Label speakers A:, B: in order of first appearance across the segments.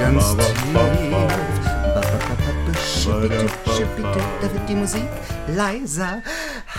A: ganz tief. Da wird die Musik leiser.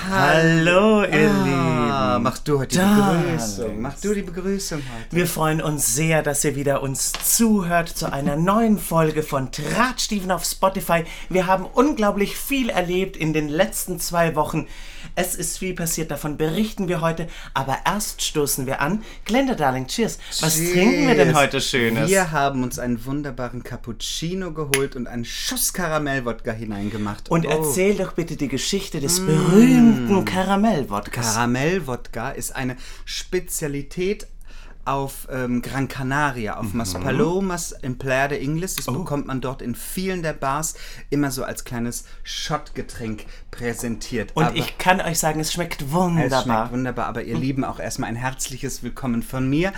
B: Hallo, ihr
A: Ah,
B: Lieben.
A: Mach du heute die Begrüßung. Mach du die Begrüßung heute.
B: Wir freuen uns sehr, dass ihr wieder uns zuhört zu einer neuen Folge von Drahtstiefen auf Spotify. Wir haben unglaublich viel erlebt in den letzten zwei Wochen. Es ist viel passiert, davon berichten wir heute. Aber erst stoßen wir an. Glenda Darling, cheers. Was
A: Cheers.
B: trinken wir denn heute Schönes?
A: Wir haben uns einen wunderbaren Cappuccino geholt und einen Schuss Karamellwodka hineingemacht.
B: Und
A: Oh.
B: erzähl doch bitte die Geschichte des berühmten Karamellwodkas.
A: Karamellwodka ist eine Spezialität auf ähm, Gran Canaria, auf
B: Mhm.
A: Maspalomas in Playa de Ingles.
B: Oh.
A: Das bekommt man dort in vielen der Bars immer so als kleines Schottgetränk präsentiert.
B: Und ich kann euch sagen, es schmeckt
A: es schmeckt
B: wunderbar. Hm.
A: wunderbar, aber ihr Lieben auch erstmal ein herzliches Willkommen von mir.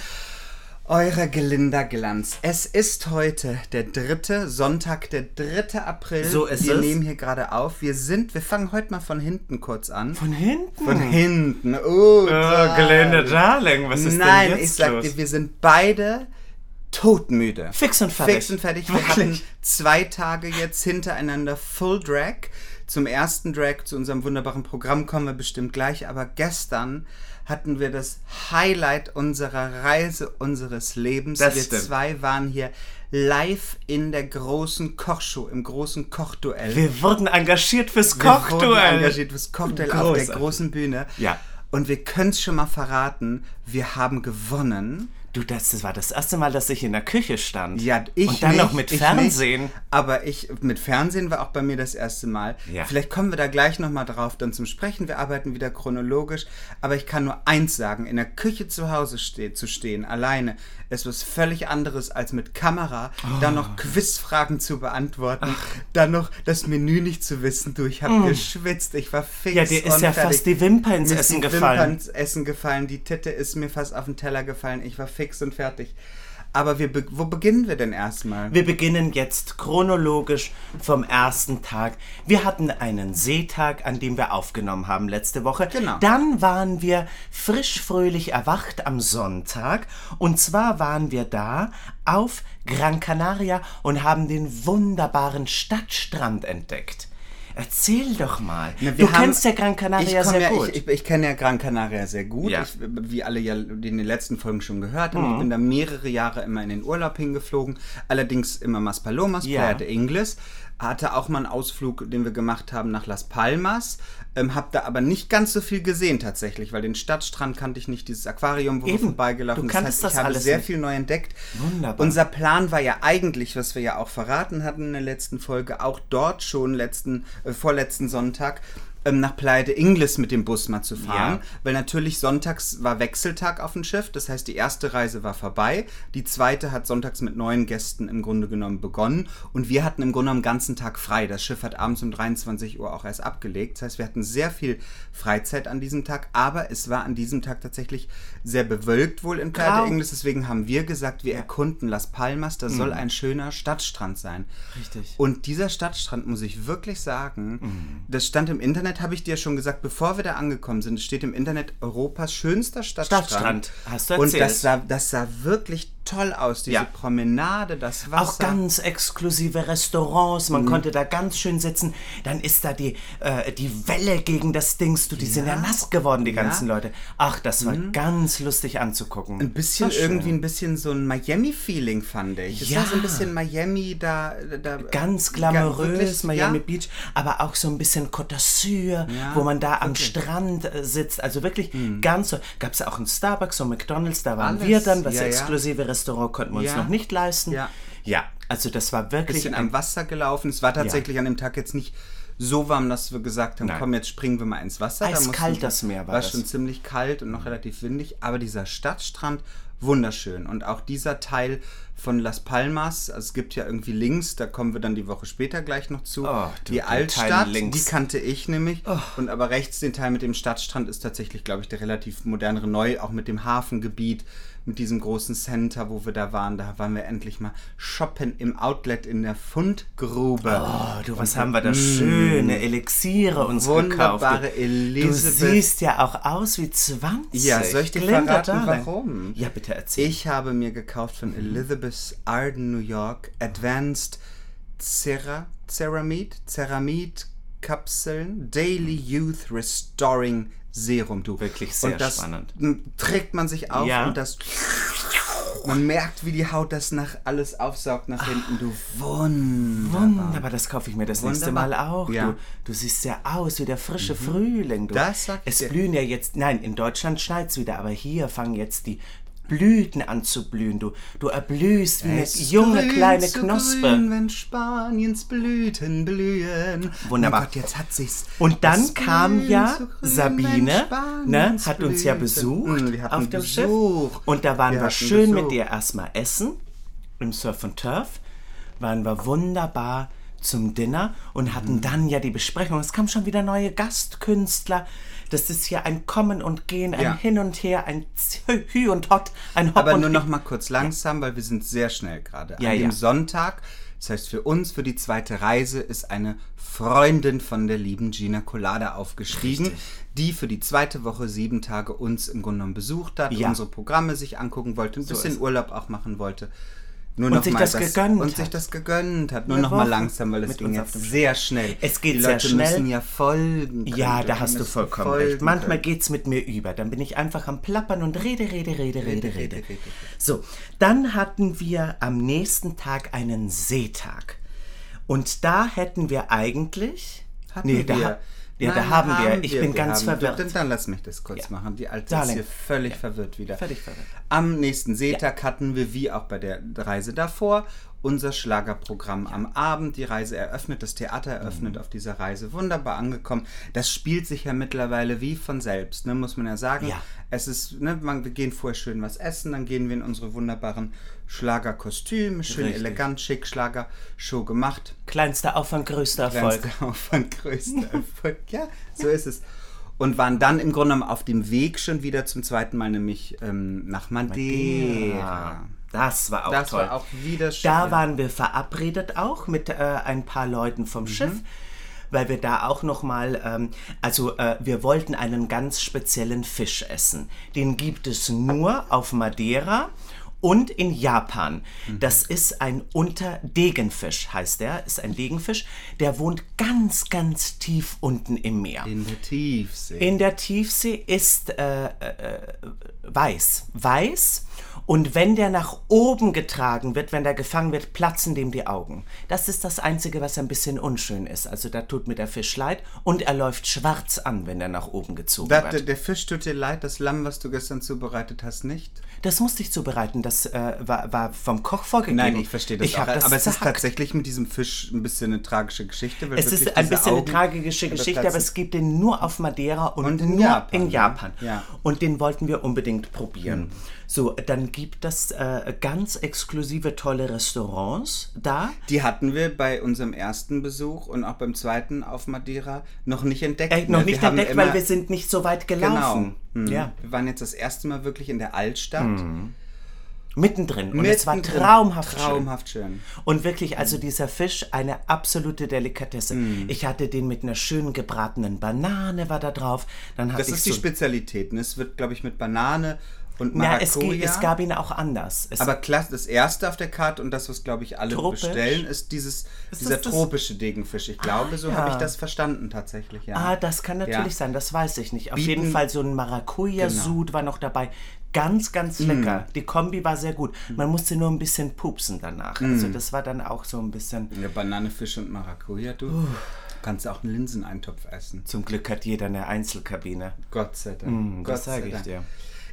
A: Eurer Gelinda Glanz. Es ist heute der dritte Sonntag, der 3. April.
B: So ist
A: wir
B: es.
A: nehmen hier gerade auf. Wir sind, wir fangen heute mal von hinten kurz an.
B: Von hinten.
A: Von hinten. Oh,
B: Hm. Oh, Glenda Darling, was ist
A: Nein,
B: denn jetzt
A: ich sag
B: los?
A: dir, wir sind beide todmüde.
B: Fix und fertig.
A: Fix und fertig. Wir hatten zwei Tage jetzt hintereinander Full Drag. Zum ersten Drag, zu unserem wunderbaren Programm kommen wir bestimmt gleich. Aber gestern hatten wir das Highlight unserer Reise, unseres Lebens.
B: Das
A: wir
B: stimmt.
A: zwei waren hier live in der großen Kochshow, im großen Kochduell.
B: Wir wurden engagiert fürs
A: Wir wurden
B: Kochduell.
A: engagiert fürs Cocktail auf
B: Großartig.
A: der großen Bühne.
B: Ja.
A: Und wir können es schon mal verraten, wir haben gewonnen.
B: Du, das, das war das erste Mal, dass ich in der Küche stand.
A: Ja, ich
B: Und dann
A: nicht,
B: noch mit
A: ich
B: Fernsehen.
A: Nicht, aber ich mit Fernsehen war auch bei mir das erste Mal.
B: Ja.
A: Vielleicht kommen wir da gleich noch mal drauf dann zum Sprechen. Wir arbeiten wieder chronologisch, aber ich kann nur eins sagen: In der Küche zu Hause ste zu stehen alleine ist was völlig anderes als mit Kamera. Dann
B: Oh.
A: noch Quizfragen zu beantworten, dann noch das Menü nicht zu wissen. Du, ich habe geschwitzt, ich war fix.
B: Hm. Ja, dir ist
A: und
B: ja
A: fertig.
B: fast die Wimper ins
A: Mir ist die
B: Essen gefallen.
A: Wimper ins Essen gefallen, die Titte ist mir fast auf den Teller gefallen, ich war fix und fertig. Aber wir be wo beginnen wir denn erstmal?
B: Wir beginnen jetzt chronologisch vom ersten Tag. Wir hatten einen Seetag, an dem wir aufgenommen haben letzte Woche.
A: Genau.
B: Dann waren wir frisch fröhlich erwacht am Sonntag und zwar waren wir da auf Gran Canaria und haben den wunderbaren Stadtstrand entdeckt. Erzähl doch mal.
A: Na, wir
B: du
A: haben-
B: kennst ja Gran Canaria
A: ich komm
B: sehr
A: ja,
B: gut.
A: Ich, ich, ich kenne ja Gran Canaria sehr gut,
B: Ja.
A: ich, wie alle ja in den letzten Folgen schon gehört haben.
B: Mhm.
A: Ich bin da mehrere Jahre immer in den Urlaub hingeflogen, allerdings immer Maspalomas,
B: Ja.
A: Playa de Ingles. Hatte auch mal einen Ausflug, den wir gemacht haben nach Las Palmas, ähm, hab da aber nicht ganz so viel gesehen tatsächlich, weil den Stadtstrand kannte ich nicht, dieses Aquarium, wo wir
B: Eben.
A: vorbeigelaufen
B: Du
A: sind.
B: kanntest
A: das heißt, ich
B: das
A: habe
B: alles
A: sehr
B: nicht.
A: viel neu entdeckt.
B: Wunderbar.
A: Unser Plan war ja eigentlich, was wir ja auch verraten hatten in der letzten Folge, auch dort schon letzten, äh, vorletzten Sonntag ähm, nach Playa de Ingles mit dem Bus mal zu fahren,
B: Ja.
A: weil natürlich sonntags war Wechseltag auf dem Schiff, das heißt die erste Reise war vorbei, die zweite hat sonntags mit neuen Gästen im Grunde genommen begonnen und wir hatten im Grunde genommen den ganzen Tag frei. Das Schiff hat abends um 23 Uhr auch erst abgelegt, das heißt wir hatten sehr viel Freizeit an diesem Tag, aber es war an diesem Tag tatsächlich sehr bewölkt wohl in Playa
B: Grau.
A: de Ingles. Deswegen haben wir gesagt, wir erkunden Las Palmas, da soll ein schöner Stadtstrand sein.
B: Mhm. Richtig. Mhm.
A: Und dieser Stadtstrand, muss ich wirklich sagen, das stand im Internet, habe ich dir schon gesagt, bevor wir da angekommen sind, es steht im Internet Europas schönster Stadtstrand.
B: Stadtstrand, hast du
A: Und
B: erzählt.
A: das sah, das sah wirklich toll aus, diese
B: Ja.
A: Promenade, das Wasser. Mhm.
B: Auch ganz exklusive Restaurants, man konnte da ganz schön sitzen. Dann ist da die, äh, die Welle gegen das Dings, du, die sind ja nass geworden, die ganzen Leute. Ach, das war ganz lustig anzugucken.
A: Mhm. Ein bisschen
B: War schön.
A: irgendwie ein bisschen so ein Miami-Feeling fand ich. Es
B: Ja.
A: war so ein bisschen Miami da. da
B: Ganz
A: Ja, wirklich,
B: glamourös, Miami
A: ja.
B: Beach, aber auch so ein bisschen Côte d'Azur,
A: Ja, Mhm.
B: wo man da am Strand äh, sitzt. Also wirklich ganz so. Gab es auch einen Starbucks und McDonalds, da waren
A: Alles,
B: wir dann. Das
A: ja, ja.
B: exklusive Restaurant konnten wir uns
A: Ja.
B: noch nicht leisten.
A: Ja.
B: ja, also das war wirklich
A: bisschen
B: ein
A: am Wasser gelaufen. Es war tatsächlich an dem Tag jetzt nicht so warm, dass wir gesagt haben,
B: Nein.
A: komm, jetzt springen wir mal ins Wasser. Da mussten
B: Eiskalt
A: wir-
B: das Meer war
A: War
B: das.
A: schon ziemlich kalt und noch relativ windig, aber dieser Stadtstrand wunderschön. Und auch dieser Teil von Las Palmas, also es gibt ja irgendwie links, da kommen wir dann die Woche später gleich noch zu,
B: Oh,
A: die
B: du, den
A: Altstadt,
B: Teil links. Oh.
A: die kannte ich nämlich. Und aber rechts den Teil mit dem Stadtstrand ist tatsächlich, glaube ich, der relativ modernere Neu, auch mit dem Hafengebiet, mit diesem großen Center, wo wir da waren. Da waren wir endlich mal shoppen im Outlet in der Fundgrube.
B: Oh, du, was haben wir da schöne Elixiere uns gekauft.
A: mm. Wunderbare
B: Du- Du
A: Elisabeth.
B: siehst ja auch aus wie 20.
A: Ja, soll ich dir
B: Glinda
A: verraten,
B: Darling.
A: warum?
B: Ja, bitte erzähl.
A: Ich habe mir gekauft von Elizabeth bis Arden, New York, Advanced Cera, Ceramid, Ceramid Kapseln, Daily Youth Restoring Serum, du.
B: Wirklich sehr
A: und das
B: spannend.
A: m, trägt man sich auf
B: Ja.
A: und das. Man merkt, wie die Haut das nach alles aufsaugt
B: Ah.
A: nach hinten. Du Wunder.
B: Wunderbar, das kaufe ich mir das nächste
A: Wunderbar.
B: Mal auch.
A: Ja. Mhm.
B: Du, du siehst ja aus wie der frische Frühling. Du.
A: Das sag ich
B: Es
A: dir.
B: blühen ja jetzt, nein, in Deutschland schneit's wieder, aber hier fangen jetzt die Blüten an zu blühen. Du, du erblühst wie eine
A: Es
B: junge
A: grün
B: kleine
A: zu
B: Knospe.
A: Grün, wenn Spaniens Blüten blühen. Oh
B: Wunderbar.
A: Mein Gott, jetzt hat sich's.
B: Und dann
A: Es
B: kam
A: grün
B: ja
A: zu grün, wenn
B: Sabine, ne,
A: Spaniens
B: hat uns ja
A: Blüten-
B: besucht
A: Mm, wir hatten
B: auf dem
A: Besuch.
B: Schiff. Und da waren wir,
A: hatten
B: schön
A: Besuch.
B: mit dir erstmal essen, im Surf und Turf, waren wir wunderbar zum Dinner und
A: Hm.
B: hatten dann ja die Besprechung. Es kamen schon wieder neue Gastkünstler. Das ist hier ein Kommen und Gehen, ein
A: Ja.
B: Hin und Her, ein Z- Hü und Hot, ein Hop
A: Aber
B: und
A: nur
B: Hü.
A: noch mal kurz langsam, weil wir sind sehr schnell gerade.
B: Ja,
A: An
B: ja.
A: dem Sonntag, das heißt für uns, für die zweite Reise, ist eine Freundin von der lieben Gina Colada aufgestiegen, die für die zweite Woche sieben Tage uns im Grunde genommen besucht hat,
B: Ja.
A: unsere Programme sich angucken wollte, ein bisschen Urlaub auch machen wollte. Nur
B: Und
A: noch
B: sich
A: mal
B: das gegönnt
A: und
B: hat.
A: sich das gegönnt hat. Nur
B: Eine
A: noch mal
B: Woche
A: langsam, weil es
B: mit
A: ging
B: uns auf
A: jetzt
B: dem Schiff.
A: sehr schnell.
B: Es geht
A: die
B: sehr
A: Leute
B: schnell.
A: müssen ja folgen. können.
B: Ja,
A: Die
B: da
A: Leute
B: hast du
A: müssen
B: vollkommen
A: folgen
B: recht. Manchmal
A: können.
B: geht's mit mir über. Dann bin ich einfach am Plappern und rede, rede, rede, rede, rede.
A: rede, rede.
B: So, dann hatten wir am nächsten Tag einen Seetag. Und da hätten wir eigentlich.
A: Hatten
B: nee, da,
A: wir.
B: ha- ja, da
A: Nein,
B: haben wir. Ich
A: wir
B: bin ganz
A: haben-
B: verwirrt.
A: Dann, dann lass mich das kurz machen. Die Alte
B: Darling.
A: ist hier völlig verwirrt wieder.
B: Völlig verwirrt.
A: Am nächsten Seetag hatten wir, wie auch bei der Reise davor, unser Schlagerprogramm am Abend. Die Reise eröffnet, das Theater
B: Mhm.
A: eröffnet auf dieser Reise. Wunderbar angekommen. Das spielt sich ja mittlerweile wie von selbst, ne, muss man ja sagen.
B: Ja.
A: Es ist, ne, man, wir gehen vorher schön was essen, dann gehen wir in unsere wunderbaren Schlagerkostüme, schön
B: Richtig.
A: elegant, schick, Schlagershow gemacht
B: Kleinster Aufwand, größter Erfolg.
A: kleinster Aufwand, größter Erfolg. Ja, so ist es. Und waren dann im Grunde genommen auf dem Weg schon wieder zum zweiten Mal, nämlich ähm, nach Madeira.
B: Ja, Das war auch
A: Das
B: toll.
A: war auch wieder schön.
B: Da waren wir verabredet auch mit äh, ein paar Leuten vom Schiff, weil wir da auch nochmal, ähm, also äh, wir wollten einen ganz speziellen Fisch essen. Den gibt es nur auf Madeira. Und in Japan. Das ist ein Unterdegenfisch, heißt der. Ist ein Degenfisch. Der wohnt ganz, ganz tief unten im Meer.
A: in der Tiefsee.
B: In der Tiefsee ist äh, äh, weiß. Weiß. Und wenn der nach oben getragen wird, wenn der gefangen wird, platzen dem die Augen. Das ist das Einzige, was ein bisschen unschön ist. Also da tut mir der Fisch leid. Und er läuft schwarz an, wenn er nach oben gezogen
A: Da- der,
B: wird.
A: der Fisch tut dir leid, das Lamm, was du gestern zubereitet hast, nicht?
B: Das musste ich zubereiten. Das äh, war, war vom Koch vorgegeben.
A: Nein, ich verstehe das
B: ich
A: auch.
B: hab Das
A: aber es ist
B: zerhackt.
A: tatsächlich mit diesem Fisch ein bisschen eine tragische Geschichte. Weil
B: Es
A: wirklich
B: ist ein
A: diese
B: bisschen
A: Augen-
B: eine tragische Geschichte, aber es gibt den nur auf Madeira und,
A: Und in
B: nur
A: Japan,
B: in
A: ne?
B: Japan.
A: Ja. Hm.
B: Und den wollten wir unbedingt probieren. So, dann gibt es äh, ganz exklusive, tolle Restaurants da.
A: Die hatten wir bei unserem ersten Besuch und auch beim zweiten auf Madeira noch nicht entdeckt.
B: Äh, noch
A: ne?
B: nicht
A: wir haben
B: entdeckt,
A: immer-
B: weil wir sind nicht so weit gelaufen.
A: Genau. Mhm.
B: Ja,
A: Wir waren jetzt das erste Mal wirklich in der Altstadt.
B: mittendrin. Und es war
A: Mittendrin.
B: traumhaft schön.
A: Traumhaft Hm. schön.
B: Und wirklich, also dieser Fisch, eine absolute Delikatesse.
A: Hm.
B: Ich hatte den mit einer schönen gebratenen Banane war da drauf. Dann hatte
A: Das
B: ich
A: ist die
B: so,
A: Spezialität. Ne? Es wird, glaube ich, mit Banane und
B: na, es,
A: Maracuja.
B: ging- es gab ihn auch anders. Es
A: aber klasse, das erste auf der Karte und das, was, glaube ich, alle
B: Tropisch?
A: bestellen, ist dieses, dieser
B: das das-
A: tropische Degenfisch. Ich glaube, so
B: ja.
A: habe ich das verstanden tatsächlich. Ja.
B: Ah, das kann natürlich
A: Ja.
B: sein, das weiß ich nicht. Auf
A: Bieten- Genau.
B: jeden Fall so ein Maracuja-Sud war noch dabei. Ganz, ganz
A: Mm.
B: lecker. Die Kombi war sehr gut. Man musste nur ein bisschen pupsen danach.
A: Mm.
B: Also das war dann auch so ein bisschen...
A: Eine Banane, Fisch und Maracuja, du. Kannst du auch einen Linseneintopf essen.
B: Zum Glück hat jeder eine Einzelkabine.
A: Gott sei Dank. Gott
B: Hm, das sage
A: sei
B: ich
A: Dank.
B: dir.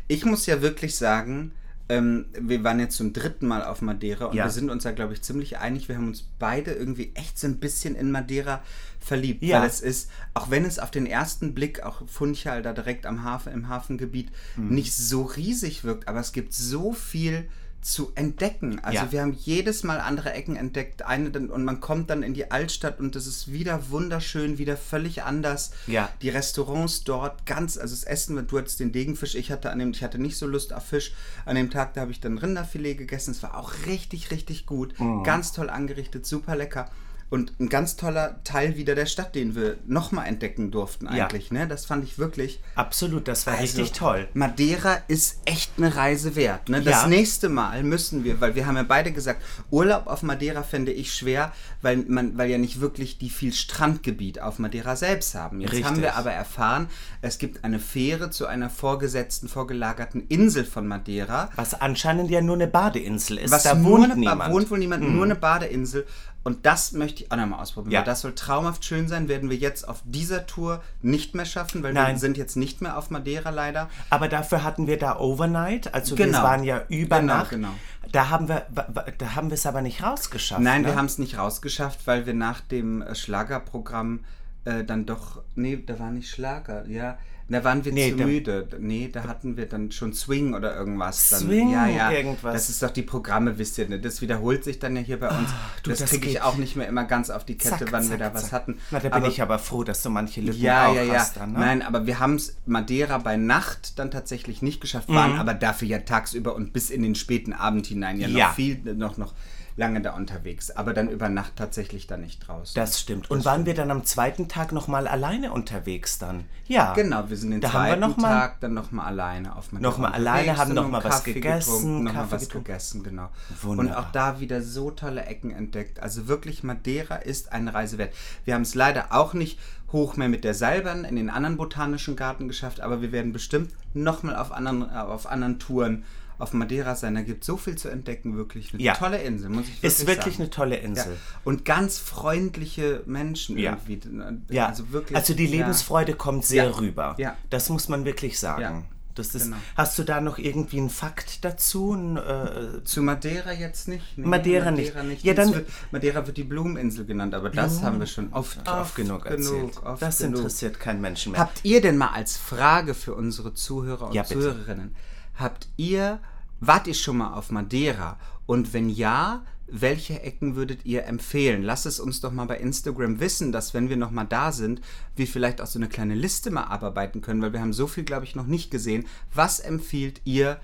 A: Ich muss ja wirklich sagen, ähm, wir waren jetzt zum dritten Mal auf Madeira und
B: Ja.
A: wir sind uns da, glaube ich, ziemlich einig. Wir haben uns beide irgendwie echt so ein bisschen in Madeira verliebt.
B: Ja.
A: Weil es ist, auch wenn es auf den ersten Blick, auch Funchal da direkt am Hafen, im Hafengebiet,
B: Mhm.
A: nicht so riesig wirkt, aber es gibt so viel zu entdecken. Also
B: Ja.
A: wir haben jedes Mal andere Ecken entdeckt, eine dann, und man kommt dann in die Altstadt und es ist wieder wunderschön, wieder völlig anders.
B: Ja.
A: Die Restaurants dort ganz, also das Essen, du hattest den Degenfisch, ich hatte an dem, ich hatte nicht so Lust auf Fisch. An dem Tag, da habe ich dann Rinderfilet gegessen. Es war auch richtig, richtig gut. Ganz toll angerichtet, super lecker. Und ein ganz toller Teil wieder der Stadt, den wir nochmal entdecken durften
B: Ja.
A: eigentlich. Ne? Das fand ich wirklich.
B: Absolut, das war richtig toll.
A: Also, Madeira ist echt eine Reise wert. Ne? Das
B: Ja.
A: nächste Mal müssen wir, weil wir haben ja beide gesagt, Urlaub auf Madeira fände ich schwer, weil man, weil ja nicht wirklich die viel Strandgebiet auf Madeira selbst haben. Jetzt
B: Richtig.
A: haben wir aber erfahren, es gibt eine Fähre zu einer vorgesetzten, vorgelagerten Insel von Madeira.
B: Was anscheinend ja nur eine Badeinsel ist.
A: Was
B: da
A: nur
B: wohnt
A: eine,
B: niemand. Mhm.
A: wohnt wohl niemand, nur eine Badeinsel. Und das möchte ich auch nochmal ausprobieren.
B: Ja.
A: weil Das soll traumhaft schön sein, werden wir jetzt auf dieser Tour nicht mehr schaffen, weil wir
B: Nein.
A: sind jetzt nicht mehr auf Madeira leider.
B: Aber dafür hatten wir da Overnight, also
A: Genau.
B: wir waren ja über
A: Genau,
B: Nacht.
A: genau.
B: Da haben wir, wa- wa- da haben wir es aber nicht rausgeschafft.
A: Nein,
B: ne?
A: wir haben es nicht rausgeschafft, weil wir nach dem äh, Schlagerprogramm äh, dann doch. Nee, da war nicht Schlager, ja. Da waren wir
B: Nee,
A: zu
B: da-
A: müde. Nee, da hatten wir dann schon Swing oder irgendwas. Dann.
B: Swing,
A: ja, ja.
B: irgendwas.
A: Das ist doch die Programme, wisst ihr, ne? Das wiederholt sich dann ja hier bei uns.
B: Ah, du,
A: das
B: das
A: kriege ich
B: geht.
A: auch nicht mehr immer ganz auf die Kette,
B: Zack,
A: wann wir
B: zack,
A: da was
B: zack.
A: hatten.
B: Na, da bin ich aber froh, dass du manche Lücken
A: Ja,
B: auch
A: ja, ja.
B: hast dann. Ne?
A: Nein, aber wir haben es Madeira bei Nacht dann tatsächlich nicht geschafft,
B: Mhm.
A: waren aber dafür ja tagsüber und bis in den späten Abend hinein ja,
B: Ja.
A: noch viel, noch, noch lange da unterwegs. Aber dann über Nacht tatsächlich dann nicht draußen.
B: Das stimmt. Und waren wir dann am zweiten Tag nochmal alleine unterwegs dann? Ja.
A: genau, wir sind den
B: Ah. Da haben wir
A: zweiten
B: noch mal-
A: Tag dann nochmal alleine auf Madeira.
B: Noch mal
A: unterwegs,
B: alleine, haben
A: dann
B: noch
A: einen
B: mal was
A: Kaffee
B: gegessen,
A: getrunken, noch mal
B: Kaffee
A: was
B: getrunken.
A: gegessen, genau.
B: Wunderbar.
A: Und auch da wieder so tolle Ecken entdeckt. Also wirklich, Madeira ist eine Reise wert. Wir haben es leider auch nicht hoch mehr mit der Seilbahn in den anderen botanischen Garten geschafft, aber wir werden bestimmt nochmal auf anderen, äh, auf anderen Touren auf Madeira sein. Da gibt es so viel zu entdecken, wirklich. Eine
B: Ja.
A: tolle Insel, muss ich wirklich
B: Ist wirklich
A: sagen.
B: eine tolle
A: ja.
B: Insel.
A: Und ganz freundliche Menschen
B: Ja.
A: irgendwie. ne?
B: Ja.
A: Also wirklich.
B: Also die
A: ja.
B: Lebensfreude kommt sehr
A: Ja.
B: rüber.
A: Ja.
B: Das muss man wirklich sagen.
A: Ja.
B: Das ist,
A: Genau.
B: Hast du da noch irgendwie einen Fakt dazu? Ein, äh,
A: Zu Madeira jetzt nicht? Nee,
B: Madeira nicht. Ja,
A: Das
B: dann-
A: wird, Madeira wird die Blumeninsel genannt, aber das haben wir schon oft,
B: oft genug erzählt.
A: oft
B: das
A: genug.
B: interessiert kein Mensch mehr.
A: Habt ihr denn mal als Frage für unsere Zuhörer und
B: Ja, bitte.
A: Zuhörerinnen, habt ihr, wart ihr schon mal auf Madeira? Und wenn ja, welche Ecken würdet ihr empfehlen? Lasst es uns doch mal bei Instagram wissen, dass wenn wir noch mal da sind, wir vielleicht auch so eine kleine Liste mal abarbeiten können, weil wir haben so viel, glaube ich, noch nicht gesehen. Was empfiehlt ihr,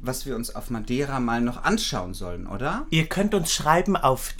A: was wir uns auf Madeira mal noch anschauen sollen, oder?
B: Ihr könnt uns schreiben auf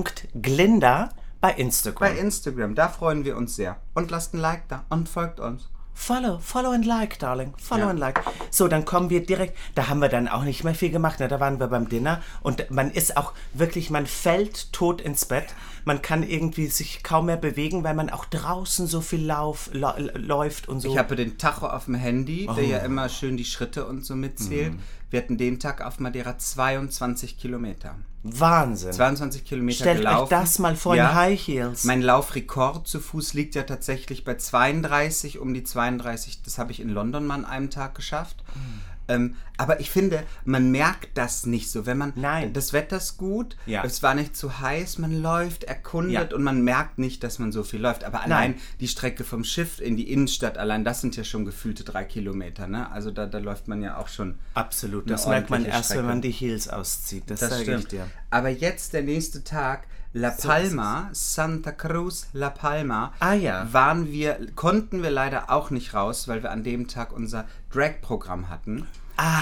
B: china.glinda bei Instagram.
A: Bei Instagram, da freuen wir uns sehr. Und lasst ein Like da und folgt uns.
B: Follow, follow and like, darling. Follow
A: Ja.
B: and like. So, dann kommen wir direkt. Da haben wir dann auch nicht mehr viel gemacht. Ne? Da waren wir beim Dinner und man ist auch wirklich, man fällt tot ins Bett. Man kann irgendwie sich kaum mehr bewegen, weil man auch draußen so viel lauf, la- läuft und so. Oh.
A: Ich habe den Tacho auf dem Handy, der ja immer schön die Schritte und so
B: Mhm.
A: mitzählt. Wir hatten den Tag auf Madeira 22 Kilometer.
B: Wahnsinn.
A: 22 Kilometer
B: Stellt
A: gelaufen.
B: euch das mal vor
A: Ja.
B: in High Heels.
A: Mein Laufrekord zu Fuß liegt ja tatsächlich bei 32, um die 32. Das habe ich in London mal an einem Tag geschafft.
B: Hm.
A: Ähm, aber ich finde, man merkt das nicht so. Wenn man,
B: Nein.
A: das Wetter ist gut,
B: Ja.
A: es war nicht zu heiß, man läuft, erkundet
B: Ja.
A: und man merkt nicht, dass man so viel läuft. Aber allein die Strecke vom Schiff in die Innenstadt, allein das sind ja schon gefühlte drei Kilometer. Ne? Also da, da läuft man ja auch schon.
B: Absolut.
A: Eine
B: Das merkt man
A: ordentliche
B: erst, wenn
A: Strecke.
B: man die Heels auszieht. Das,
A: Das
B: sage ich
A: stimmt.
B: dir.
A: Aber jetzt der nächste Tag, La Palma, Santa Cruz, La Palma.
B: Ah, ja.
A: Waren wir, konnten wir leider auch nicht raus, weil wir an dem Tag unser Drag-Programm hatten.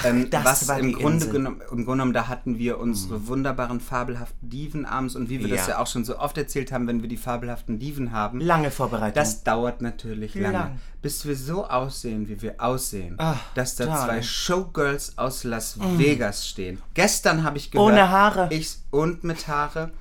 A: Ähm,
B: Ach, das
A: was
B: war
A: im
B: die
A: Grunde
B: Insel. Mhm.
A: genommen, im Grunde genommen, da hatten wir unsere wunderbaren fabelhaften Diven abends und wie wir das
B: Ja.
A: ja auch schon so oft erzählt haben, wenn wir die fabelhaften Diven haben,
B: Lange Vorbereitung.
A: das dauert natürlich lange,
B: Lang. Ah,
A: bis wir so aussehen, wie wir aussehen, dass da
B: darling.
A: zwei Showgirls aus Las Vegas stehen. Gestern habe ich gehört,
B: Mm. Ohne Haare.
A: ich und mit Haare.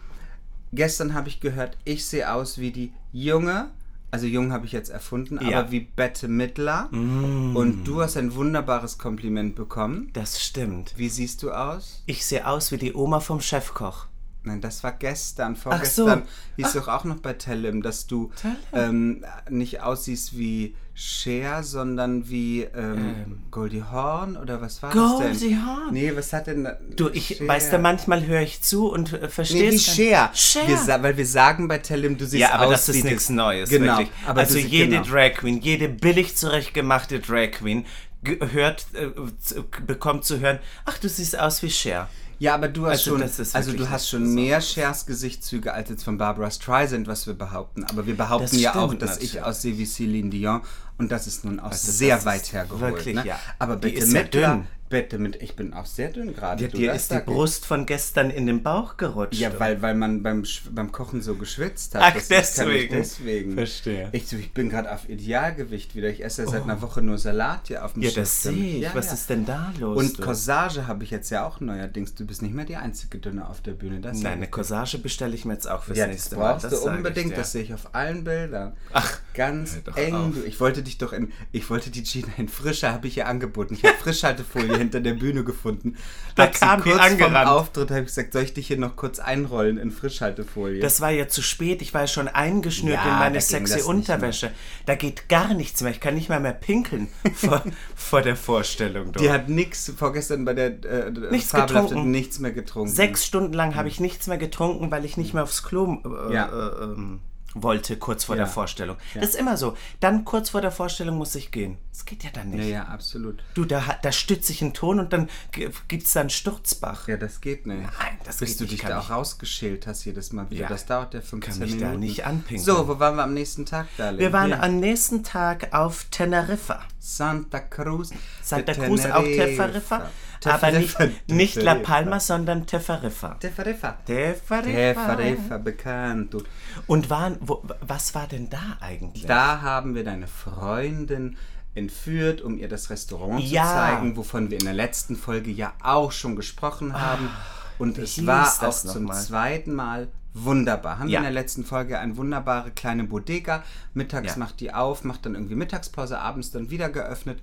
A: Gestern habe ich gehört, ich sehe aus wie die junge, also jung habe ich jetzt erfunden,
B: Ja. Mm.
A: aber wie Bette Midler. Und du hast ein wunderbares Kompliment bekommen.
B: das stimmt.
A: Wie siehst du aus?
B: Ich sehe aus wie die Oma vom Chefkoch.
A: Nein, das war gestern.
B: Ach so.
A: Vorgestern hieß doch auch noch bei Tellem, dass du ähm, nicht aussiehst wie Cher, sondern wie ähm, Goldie Horn oder was war das denn?
B: Goldie Hawn.
A: Nee, was hat denn.
B: Du, ich weißt du, manchmal höre ich zu und äh,
A: Nee,
B: verstehe
A: wie
B: es.
A: Cher.
B: Cher.
A: Wir, sa- weil wir sagen bei Tellem, du siehst
B: ja, aber
A: aus
B: das
A: wie
B: ist nichts Neues.
A: Genau.
B: Wirklich.
A: Aber
B: also
A: du sie-
B: jede
A: genau.
B: Drag Queen, jede billig zurechtgemachte Drag Queen ge- hört, äh, z- bekommt zu hören, ach, du siehst aus wie Cher.
A: Ja, aber du hast
B: Also
A: schon,
B: das ist
A: also du
B: wirklich
A: hast
B: nichts
A: schon mehr Schers Gesichtszüge als jetzt von Barbara Streisand, was wir behaupten. Aber wir behaupten
B: Das
A: ja auch,
B: stimmt
A: dass ich
B: natürlich.
A: aussehe wie Celine Dion und das ist nun auch
B: du,
A: sehr
B: das
A: weit
B: ist
A: hergeholt.
B: wirklich,
A: ne?
B: ja.
A: Aber
B: Die
A: bitte
B: ist ja
A: Midler
B: dünn.
A: Bitte mit, ich bin auch sehr dünn gerade.
B: Ja,
A: du,
B: dir
A: das
B: ist die
A: sag ich.
B: Brust von gestern in den Bauch gerutscht.
A: Ja, weil, weil man beim, Sch- beim Kochen so geschwitzt hat.
B: Ach,
A: Das ist, glaub ich,
B: deswegen.
A: deswegen.
B: Verstehe. Oh.
A: Ich, ich bin gerade auf Idealgewicht wieder. Ich esse ja seit einer Woche nur Salat hier auf dem
B: ja,
A: Schiff.
B: das sehe ich.
A: Ja,
B: Was
A: ja.
B: ist denn da los?
A: Und
B: du?
A: Corsage habe ich jetzt ja auch neuerdings. Du bist nicht mehr die einzige Dünne auf der Bühne. Das
B: Nein, eine Corsage bestelle ich mir jetzt auch fürs
A: ja, das
B: nächste Mal.
A: brauchst du
B: sag ich
A: unbedingt.
B: dir.
A: Das sehe ich auf allen Bildern.
B: Ach,
A: ganz
B: hör doch
A: eng.
B: auf.
A: Du, ich wollte dich doch in, ich wollte die Gina in Frischer, habe ich ihr angeboten. Ich habe Frischhaltefolie hinter der Bühne gefunden.
B: Da
A: sie
B: kam die
A: kurz vorm
B: angerannt.
A: Auftritt habe ich gesagt, soll ich dich hier noch kurz einrollen in Frischhaltefolie?
B: Das war ja zu spät. Ich war ja schon eingeschnürt
A: Ja,
B: in
A: da
B: meine
A: ging das
B: sexy
A: nicht
B: Unterwäsche. Da geht gar nichts mehr. Ich kann nicht mal mehr pinkeln vor, vor der Vorstellung. Du.
A: die hat nichts vorgestern bei der äh,
B: Nichts
A: fabelhaften
B: getrunken.
A: nichts mehr getrunken.
B: Sechs Stunden lang habe ich nichts mehr getrunken, weil ich nicht mehr aufs Klo äh,
A: Hm. Ja.
B: äh, ähm, wollte, kurz vor
A: Ja.
B: der Vorstellung. Das ist immer so. Dann kurz vor der Vorstellung muss ich gehen. Das geht ja dann nicht.
A: Ja, ja, absolut.
B: Du, da, hat- da stütze ich einen Ton und dann g- gibt's da einen Sturzbach.
A: Ja, das geht nicht.
B: Nein, das
A: Bis
B: geht
A: du
B: nicht,
A: dich
B: kann
A: da
B: ich-
A: auch rausgeschält hast jedes Mal wieder.
B: Ja.
A: Das dauert ja 15
B: Kann mich da
A: Minuten.
B: nicht anpinkeln.
A: So, wo waren wir am nächsten Tag, Darling?
B: Wir waren
A: Hier.
B: am nächsten Tag auf Teneriffa.
A: Santa Cruz.
B: Santa Cruz, auch Teneriffa. Aber nicht, nicht La Palma, sondern Teneriffa.
A: Teneriffa.
B: Teneriffa.
A: Teneriffa, bekannt. Du.
B: Und waren, wo, was war denn da eigentlich?
A: Da haben wir deine Freundin entführt, um ihr das Restaurant
B: Ja.
A: zu zeigen, wovon wir in der letzten Folge ja auch schon gesprochen haben. Und es
B: hieß
A: war auch
B: Ah, das noch
A: zum
B: mal?
A: zweiten Mal wunderbar. Haben wir
B: Ja.
A: in der letzten Folge eine wunderbare kleine Bodega. Mittags
B: Ja.
A: macht die auf, macht dann irgendwie Mittagspause, abends dann wieder geöffnet.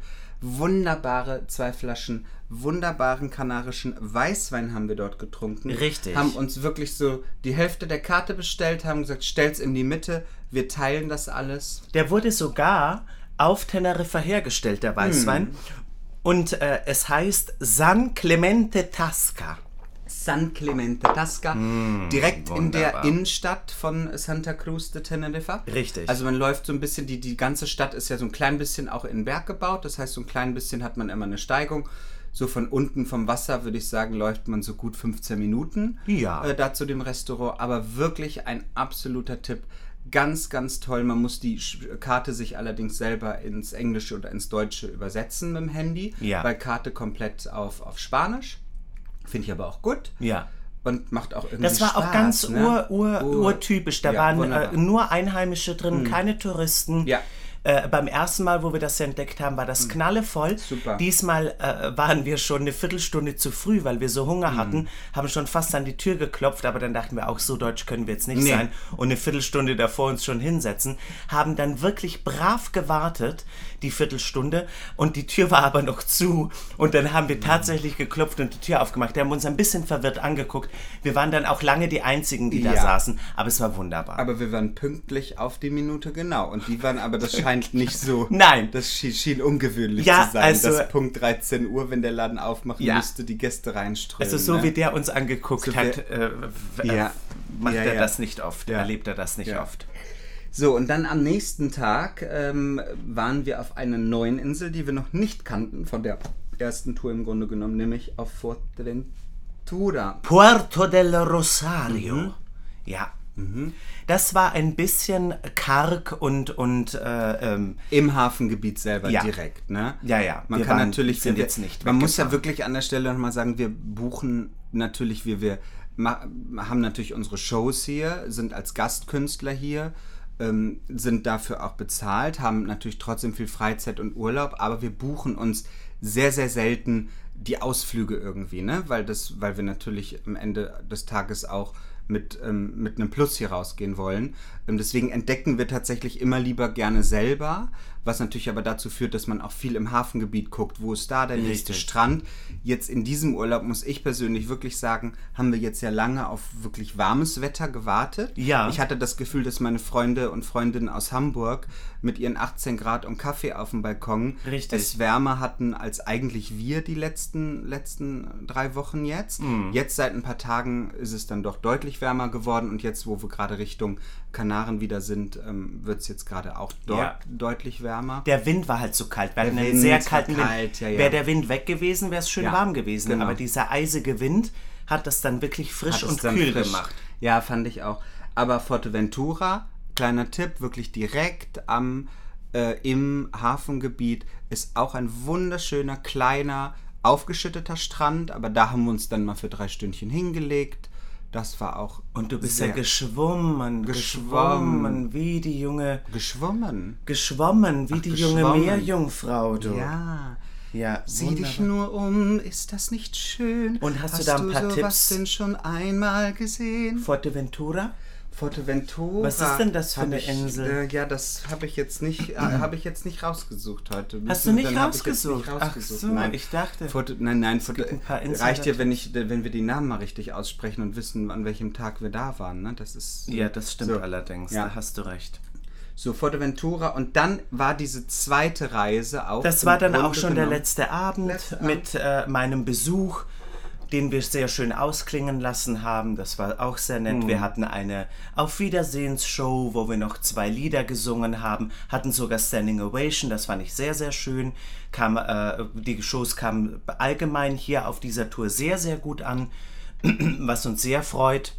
A: Wunderbare zwei Flaschen, wunderbaren kanarischen Weißwein haben wir dort getrunken.
B: Richtig.
A: Haben uns wirklich so die Hälfte der Karte bestellt, haben gesagt, stell's in die Mitte, wir teilen das alles.
B: Der wurde sogar auf Teneriffa hergestellt, der Weißwein.
A: Hm.
B: Und äh, es heißt San Clemente Tasca.
A: San Clemente Tasca, direkt in der
B: Hm, wunderbar.
A: Innenstadt von Santa Cruz de Teneriffa.
B: Richtig.
A: Also man läuft so ein bisschen, die, die ganze Stadt ist ja so ein klein bisschen auch in den Berg gebaut, das heißt so ein klein bisschen hat man immer eine Steigung. So von unten vom Wasser würde ich sagen, läuft man so gut 15 Minuten
B: Ja.
A: äh, da zu dem Restaurant. Aber wirklich ein absoluter Tipp. Ganz, ganz toll. Man muss die Sch- Karte sich allerdings selber ins Englische oder ins Deutsche übersetzen mit dem Handy,
B: Ja.
A: weil Karte komplett auf, auf Spanisch. Finde ich aber auch gut.
B: Ja.
A: Und macht auch irgendwie
B: Das war
A: Spaß,
B: auch ganz
A: ne?
B: ur, ur, urtypisch. Da
A: Ja,
B: waren
A: wunderbar. Hm.
B: äh, nur Einheimische drin, keine Touristen.
A: Ja. Hm.
B: Äh, beim ersten Mal, wo wir das ja entdeckt haben, war das knallevoll.
A: Super.
B: Diesmal äh, waren wir schon eine Viertelstunde zu früh, weil wir so
A: Mhm.
B: Hunger hatten, haben schon fast an die Tür geklopft, aber dann dachten wir auch, so deutsch können wir jetzt nicht
A: Nee.
B: sein und eine Viertelstunde davor uns schon hinsetzen, haben dann wirklich brav gewartet, die Viertelstunde, und die Tür war aber noch zu. Und dann haben
A: Mhm.
B: wir tatsächlich geklopft und die Tür aufgemacht. Die haben uns ein bisschen verwirrt angeguckt. Wir waren dann auch lange die Einzigen, die da
A: Ja.
B: saßen, aber es war wunderbar.
A: Aber wir waren pünktlich auf die Minute genau. Und die waren aber, das scheint nicht so.
B: Nein.
A: Das schien, schien ungewöhnlich
B: Ja,
A: zu sein,
B: also-
A: dass Punkt 13 Uhr, wenn der Laden aufmachen
B: Ja.
A: müsste, die Gäste reinströmen.
B: also so
A: ne?
B: wie der uns angeguckt
A: So
B: hat,
A: wir-
B: äh, w-
A: Ja.
B: äh, macht
A: Ja,
B: er
A: ja.
B: das nicht oft,
A: Ja.
B: erlebt er das nicht
A: Ja.
B: oft.
A: So, und dann am nächsten Tag ähm, waren wir auf einer neuen Insel, die wir noch nicht kannten, von der ersten Tour im Grunde genommen, nämlich auf Fuerteventura.
B: Puerto del Rosario.
A: Mhm.
B: Ja. Mhm. Das war ein bisschen karg und, und äh, ähm,
A: Im Hafengebiet selber
B: Ja.
A: direkt, ne?
B: Ja, ja.
A: Man
B: Wir
A: kann
B: waren-
A: natürlich,
B: sind
A: wir-
B: jetzt nicht
A: Man muss ja
B: weggefahren.
A: wirklich an der Stelle nochmal sagen, wir buchen natürlich, wir, wir ma- haben natürlich unsere Shows hier, sind als Gastkünstler hier, ähm, sind dafür auch bezahlt, haben natürlich trotzdem viel Freizeit und Urlaub, aber wir buchen uns sehr, sehr selten die Ausflüge irgendwie, ne? Weil das, weil wir natürlich am Ende des Tages auch mit, ähm, mit einem Plus hier rausgehen wollen. Ähm, deswegen entdecken wir tatsächlich immer lieber gerne selber, was natürlich aber dazu führt, dass man auch viel im Hafengebiet guckt, wo ist da der nächste
B: Richtig.
A: Strand. Jetzt in diesem Urlaub muss ich persönlich wirklich sagen, haben wir jetzt ja lange auf wirklich warmes Wetter gewartet.
B: Ja.
A: Ich hatte das Gefühl, dass meine Freunde und Freundinnen aus Hamburg mit ihren 18 Grad und Kaffee auf dem Balkon
B: Richtig.
A: es wärmer hatten als eigentlich wir die letzten, letzten drei Wochen jetzt.
B: Hm.
A: Jetzt seit ein paar Tagen ist es dann doch deutlich wärmer geworden und jetzt, wo wir gerade Richtung Kanaren wieder sind, ähm, wird es jetzt gerade auch dort
B: Ja.
A: deutlich wärmer.
B: der Wind war halt so kalt. Wir hatten einen
A: Wind
B: sehr
A: war
B: kalten
A: kalt,
B: Wind.
A: ja, ja.
B: Wäre der Wind weg gewesen, wäre es schön
A: Ja,
B: warm gewesen.
A: genau.
B: Aber dieser eisige Wind hat das dann wirklich frisch
A: Hat es
B: und
A: dann
B: kühl
A: frisch-
B: gemacht.
A: Ja, fand ich auch. Aber Forteventura, kleiner Tipp, wirklich direkt am äh, im Hafengebiet ist auch ein wunderschöner kleiner aufgeschütteter Strand, aber da haben wir uns dann mal für drei Stündchen hingelegt. Das war auch
B: Und du bist ja
A: sehr-
B: geschwommen,
A: Geschwommen.
B: geschwommen, wie die junge,
A: geschwommen.
B: geschwommen, wie die junge
A: geschwommen.
B: Meerjungfrau, du.
A: Ja.
B: ja
A: Sieh dich nur um, ist das nicht schön?
B: Und hast du da ein paar
A: sowas
B: Tipps?
A: denn schon einmal gesehen?
B: Forteventura?
A: Forteventura.
B: Was ist denn das für
A: Hab
B: eine
A: ich,
B: Insel? Mhm.
A: Äh, ja, das habe ich jetzt nicht, äh, habe ich jetzt nicht rausgesucht heute.
B: Hast
A: Müssen-
B: du nicht
A: dann hab ich jetzt
B: rausgesucht?
A: nicht rausgesucht.
B: Ach so,
A: nein.
B: ich dachte.
A: Forte, nein, nein, Forte,
B: gibt ein paar Insider-
A: reicht dir, wenn ich, äh, wenn wir die Namen mal richtig aussprechen und wissen, an welchem Tag wir da waren. Ne? Das ist
B: ja, das stimmt
A: so.
B: allerdings,
A: Ja.
B: da hast du recht.
A: So Forteventura und dann war diese zweite Reise auch.
B: Das
A: im
B: war dann auch
A: Grunde
B: schon der
A: genommen-
B: letzte Abend
A: Letzter
B: mit äh, meinem Besuch, den wir sehr schön ausklingen lassen haben. Das war auch sehr nett.
A: Mhm.
B: Wir hatten eine Auf Wiedersehensshow, wo wir noch zwei Lieder gesungen haben, hatten sogar Standing Ovation. Das fand ich sehr, sehr schön. Kam, äh, die Shows kamen allgemein hier auf dieser Tour sehr, sehr gut an, was uns sehr freut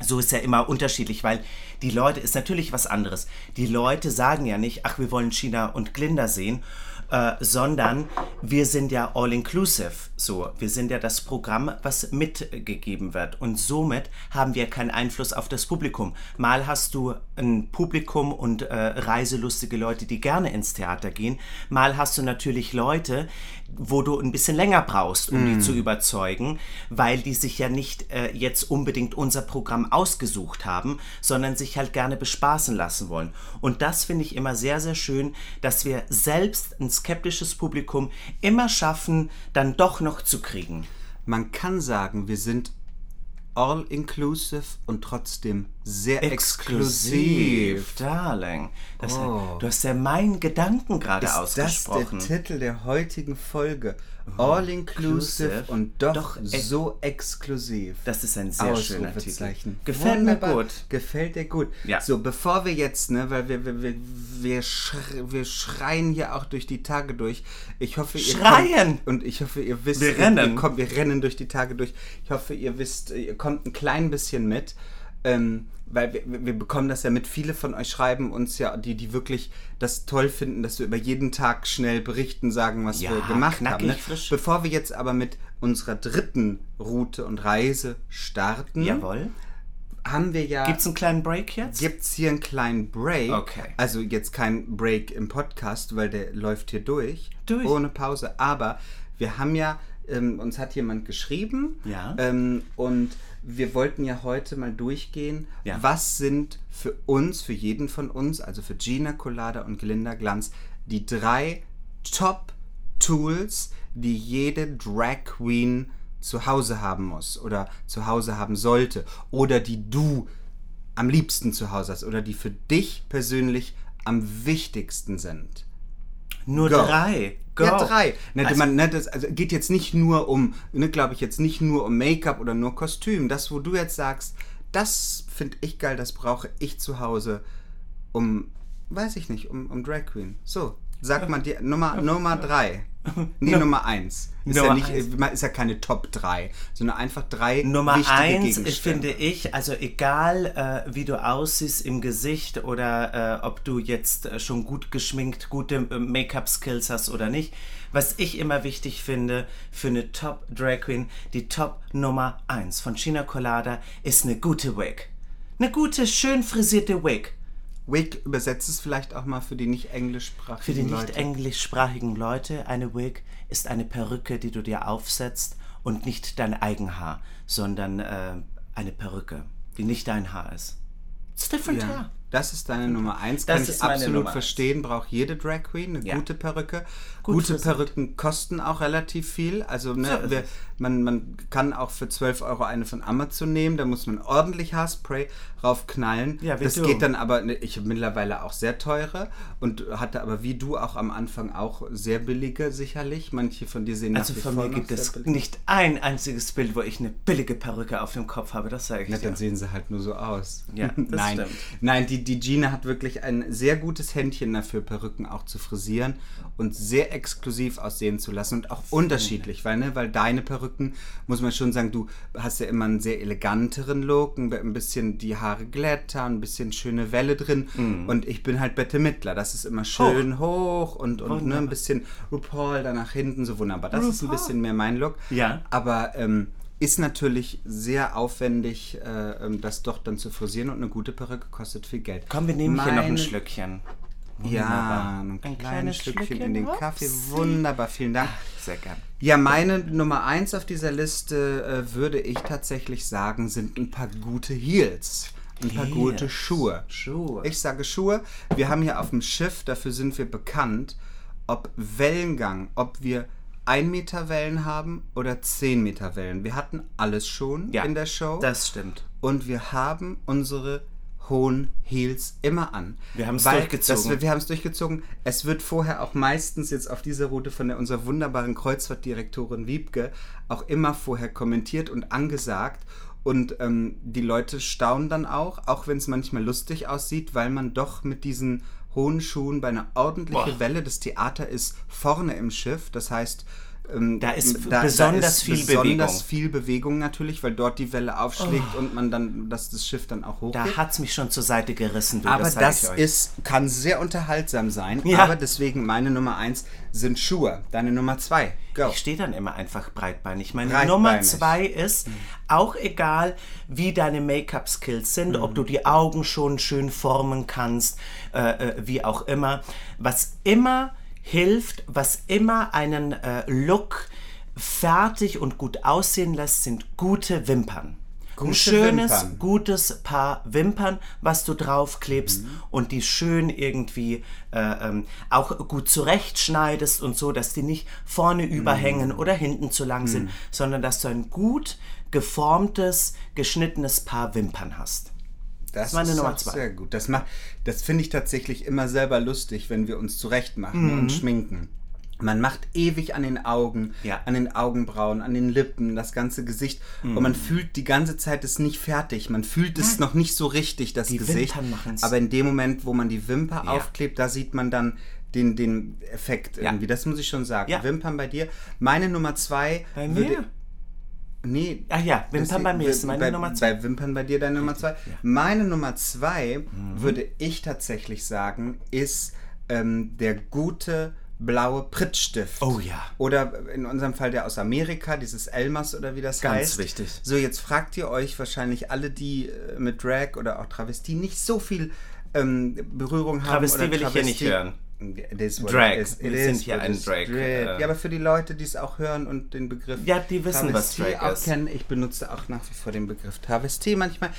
B: so ist ja immer unterschiedlich, weil die Leute ist natürlich was anderes. Die Leute sagen ja nicht, ach, wir wollen China und Glinda sehen, äh, sondern wir sind ja all inclusive. So, wir sind ja das Programm, was mitgegeben wird und somit haben wir keinen Einfluss auf das Publikum. Mal hast du ein Publikum und äh, reiselustige Leute, die gerne ins Theater gehen. Mal hast du natürlich Leute, wo du ein bisschen länger brauchst, um
A: Mm.
B: die zu überzeugen, weil die sich ja nicht äh, jetzt unbedingt unser Programm ausgesucht haben, sondern sich halt gerne bespaßen lassen wollen. Und das finde ich immer sehr, sehr schön, dass wir selbst ein skeptisches Publikum immer schaffen, dann doch noch zu kriegen.
A: Man kann sagen, wir sind all inclusive und trotzdem sehr exklusiv.
B: Darling. Das,
A: Oh.
B: Du hast ja meinen Gedanken gerade
A: Ist das der
B: ausgesprochen. Mhm.
A: Titel der heutigen Folge? All inclusive
B: Inclusive
A: und doch,
B: doch äh ex-
A: so exklusiv.
B: Das ist ein sehr schöner Titel.
A: Ausrufezeichen.
B: Gefällt
A: Wunderbar.
B: mir gut.
A: Gefällt dir gut.
B: Ja.
A: So, bevor wir jetzt, ne, weil wir, wir, wir, wir, schr- wir schreien hier auch durch die Tage durch. Ich hoffe, ihr
B: Schreien!
A: Kommt, und ich hoffe, ihr wisst.
B: Wir
A: ihr- Ihr
B: rennen.
A: kommt, wir rennen durch die Tage durch. Ich hoffe, ihr wisst, ihr kommt ein klein bisschen mit. Ähm, weil wir, wir bekommen das ja mit. Viele von euch schreiben uns ja, die, die wirklich das toll finden, dass wir über jeden Tag schnell berichten, sagen, was
B: Ja,
A: wir gemacht haben.
B: knackig,
A: Ne?
B: frisch.
A: Bevor wir jetzt aber mit unserer dritten Route und Reise starten,
B: Jawohl.
A: haben wir ja.
B: Gibt's einen kleinen Break jetzt?
A: gibt's hier einen kleinen Break.
B: Okay.
A: Also jetzt kein Break im Podcast, weil der läuft hier durch.
B: Durch.
A: Ohne Pause. Aber wir haben ja, ähm, uns hat jemand geschrieben.
B: Ja.
A: Ähm, und wir wollten ja heute mal durchgehen,
B: Ja.
A: was sind für uns, für jeden von uns, also für Gina Colada und Glinda Glanz, die drei Top-Tools, die jede Drag Queen zu Hause haben muss oder zu Hause haben sollte oder die du am liebsten zu Hause hast oder die für dich persönlich am wichtigsten sind.
B: Nur
A: Go.
B: drei. Go.
A: Ja, drei. Ne,
B: Also-
A: man, ne, das, also geht jetzt nicht nur um, ne, glaube ich, jetzt nicht nur um Make-up oder nur Kostüm. Das, wo du jetzt sagst, das finde ich geil, das brauche ich zu Hause, um, weiß ich nicht, um, um Drag Queen. So, sag mal die Nummer, Nummer drei. Nee, Nummer eins. Ist, ja
B: Nummer
A: nicht,
B: eins.
A: äh, ist ja keine Top drei, sondern einfach drei
B: Nummer
A: wichtige
B: eins, ich
A: Gegenstände.
B: finde ich, also egal äh, wie du aussiehst im Gesicht oder äh, ob du jetzt äh, schon gut geschminkt, gute äh, Make-up-Skills hast oder nicht, was ich immer wichtig finde für eine Top-Drag Queen, die Top Nummer eins von China Colada ist eine gute Wig. Eine gute, schön frisierte Wig.
A: Wig übersetzt es vielleicht auch mal für die nicht englischsprachigen
B: Für die
A: Leute.
B: nicht englischsprachigen Leute, eine Wig ist eine Perücke, die du dir aufsetzt und nicht dein Eigenhaar, sondern äh, eine Perücke, die nicht dein Haar ist. It's different
A: Ja.
B: hair.
A: Das ist deine Nummer eins.
B: Das
A: Kann ich
B: ist meine
A: absolut
B: Nummer eins.
A: verstehen. Braucht jede Drag Queen eine
B: Ja.
A: gute Perücke.
B: Gut
A: gute
B: frisiert.
A: Perücken kosten auch relativ viel. Also ne,
B: ist
A: wir, man, man kann auch für 12 Euro eine von Amazon nehmen. Da muss man ordentlich Haarspray raufknallen.
B: Ja, wie
A: das
B: du.
A: geht dann aber, ne, ich habe mittlerweile auch sehr teure und hatte aber wie du auch am Anfang auch sehr billige sicherlich. Manche von dir sehen
B: Also
A: nach wie
B: von
A: vor
B: mir
A: noch
B: gibt
A: sehr
B: es
A: billig.
B: nicht ein einziges Bild, wo ich eine billige Perücke auf dem Kopf habe, das sage ich
A: Na,
B: dir.
A: dann sehen sie halt nur so aus.
B: Ja, das
A: Nein.
B: stimmt.
A: Nein, die, die, die Gina hat wirklich ein sehr gutes Händchen dafür, Perücken auch zu frisieren und sehr exklusiv aussehen zu lassen und auch unterschiedlich, weil, ne, weil deine Perücken, muss man schon sagen, du hast ja immer einen sehr eleganteren Look, ein- ein bisschen die Haare glätter, ein bisschen schöne Welle drin
B: Mhm.
A: und ich bin halt Bette Mittler, das ist immer schön hoch, und, und ne, ein bisschen RuPaul da nach hinten, so wunderbar. Das ist ein
B: RuPaul.
A: bisschen mehr mein Look.
B: Ja.
A: Aber ähm, ist natürlich sehr aufwendig, äh, ähm, das doch dann zu frisieren und eine gute Perücke kostet viel Geld.
B: Komm, wir nehmen hier noch ein
A: Meine-
B: Schlückchen.
A: Ja, ein, kleines,
B: kleines
A: Stückchen
B: Schlückchen.
A: in den Kaffee.
B: Upsi.
A: Wunderbar, vielen Dank.
B: Sehr gern.
A: Ja, meine Nummer eins auf dieser Liste äh, würde ich tatsächlich sagen, sind ein paar gute Heels. Ein paar
B: Heels.
A: gute Schuhe.
B: Schuhe.
A: Ich sage Schuhe. Wir haben hier auf dem Schiff, dafür sind wir bekannt, ob Wellengang, ob wir 1 Meter Wellen haben oder 10 Meter Wellen. Wir hatten alles schon
B: Ja,
A: in der Show.
B: Das stimmt.
A: und wir haben unsere hohen Heels immer an.
B: Wir haben's
A: Weil
B: durchgezogen.
A: Das, wir wir haben es durchgezogen. Es wird vorher auch meistens jetzt auf dieser Route von der, unserer wunderbaren Kreuzfahrtdirektorin Wiebke auch immer vorher kommentiert und angesagt. Und ähm, die Leute staunen dann auch, auch wenn es manchmal lustig aussieht, weil man doch mit diesen hohen Schuhen bei einer ordentlichen
B: Boah.
A: Welle, das Theater ist vorne im Schiff, das heißt... ähm,
B: Da ist besonders viel Bewegung.
A: besonders viel Bewegung natürlich, weil dort die Welle aufschlägt und man dann, dass das Schiff dann auch hochgeht.
B: Da hat's mich schon zur Seite gerissen, du.
A: Aber
B: sag ich
A: das,
B: euch.
A: ist, kann sehr unterhaltsam sein.
B: Ja.
A: Aber deswegen meine Nummer eins sind Schuhe. Deine Nummer zwei. Go.
B: Ich stehe dann immer einfach breitbeinig. Meine
A: Breitbeinig. Hm.
B: Nummer zwei ist, auch egal, wie deine Make-up-Skills sind,
A: Hm.
B: ob du die Augen schon schön formen kannst, äh, äh, wie auch immer, was immer hilft, was immer einen äh, Look fertig und gut aussehen lässt, sind gute Wimpern. Ein
A: Gute
B: schönes,
A: Wimpern.
B: gutes Paar Wimpern, was du draufklebst und die schön irgendwie äh, ähm, auch gut zurechtschneidest und so, dass die nicht vorne überhängen oder hinten zu lang sind, sondern dass du ein gut geformtes, geschnittenes Paar Wimpern hast.
A: das
B: meine Nummer
A: auch
B: zwei.
A: Sehr gut. Das, macht- das finde ich tatsächlich immer selber lustig, wenn wir uns zurecht machen
B: Mhm.
A: und schminken. Man macht ewig an den Augen,
B: Ja.
A: an den Augenbrauen, an den Lippen, das ganze Gesicht. Und
B: Mhm.
A: man fühlt die ganze Zeit es nicht fertig. Man fühlt es noch nicht so richtig, das
B: Die
A: Gesicht.
B: Wimpern machen's.
A: Aber in dem Moment, wo man die Wimper
B: Ja.
A: aufklebt, da sieht man dann den, den Effekt irgendwie. Das muss ich schon sagen.
B: Ja.
A: Wimpern bei dir. Meine Nummer zwei.
B: Bei
A: würde-
B: mir? Ah,
A: Nee.
B: Ach ja,
A: das-
B: Wimpern bei mir ist meine
A: bei,
B: Nummer zwei.
A: Bei Wimpern bei dir deine Nummer zwei. Meine Nummer zwei,
B: Mhm.
A: würde ich tatsächlich sagen, ist ähm, der gute blaue Prittstift.
B: Oh ja.
A: Oder in unserem Fall der aus Amerika, dieses Elmas oder wie das
B: Ganz
A: heißt.
B: wichtig.
A: So, jetzt fragt ihr euch wahrscheinlich alle, die äh, mit Drag oder auch Travestie nicht so viel ähm, Berührung haben.
B: Travestie
A: oder
B: will ich hier nicht hören.
A: It is what
B: Drag.
A: It is. It
B: Wir
A: is
B: sind hier
A: what
B: ein
A: is
B: Drag, äh.
A: Ja, aber für die Leute, die es auch hören und den Begriff
B: Ja, die wissen, was
A: Travestie
B: Drag
A: auch
B: ist.
A: kennen. Ich benutze auch nach wie vor den Begriff Travestie manchmal.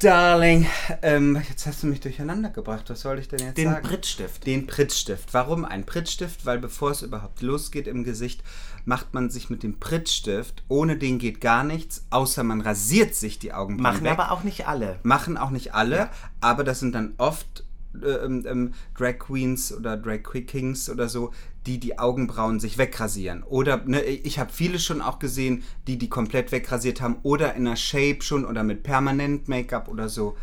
A: Darling, ähm, jetzt hast du mich durcheinander gebracht. Was soll ich denn jetzt
B: Den
A: sagen?
B: Prittstift.
A: Den Prittstift. Warum ein Prittstift? Weil bevor es überhaupt losgeht im Gesicht, macht man sich mit dem Prittstift, ohne den geht gar nichts, außer man rasiert sich die Augenbrauen
B: Machen
A: weg.
B: aber auch nicht alle.
A: Machen auch nicht alle, aber das sind dann oft äh, ähm, ähm, Drag Queens oder Drag Kings oder so, die die Augenbrauen sich wegrasieren. Oder ne, ich habe viele schon auch gesehen, die die komplett wegrasiert haben oder in einer Shape schon oder mit permanent Make-up oder so.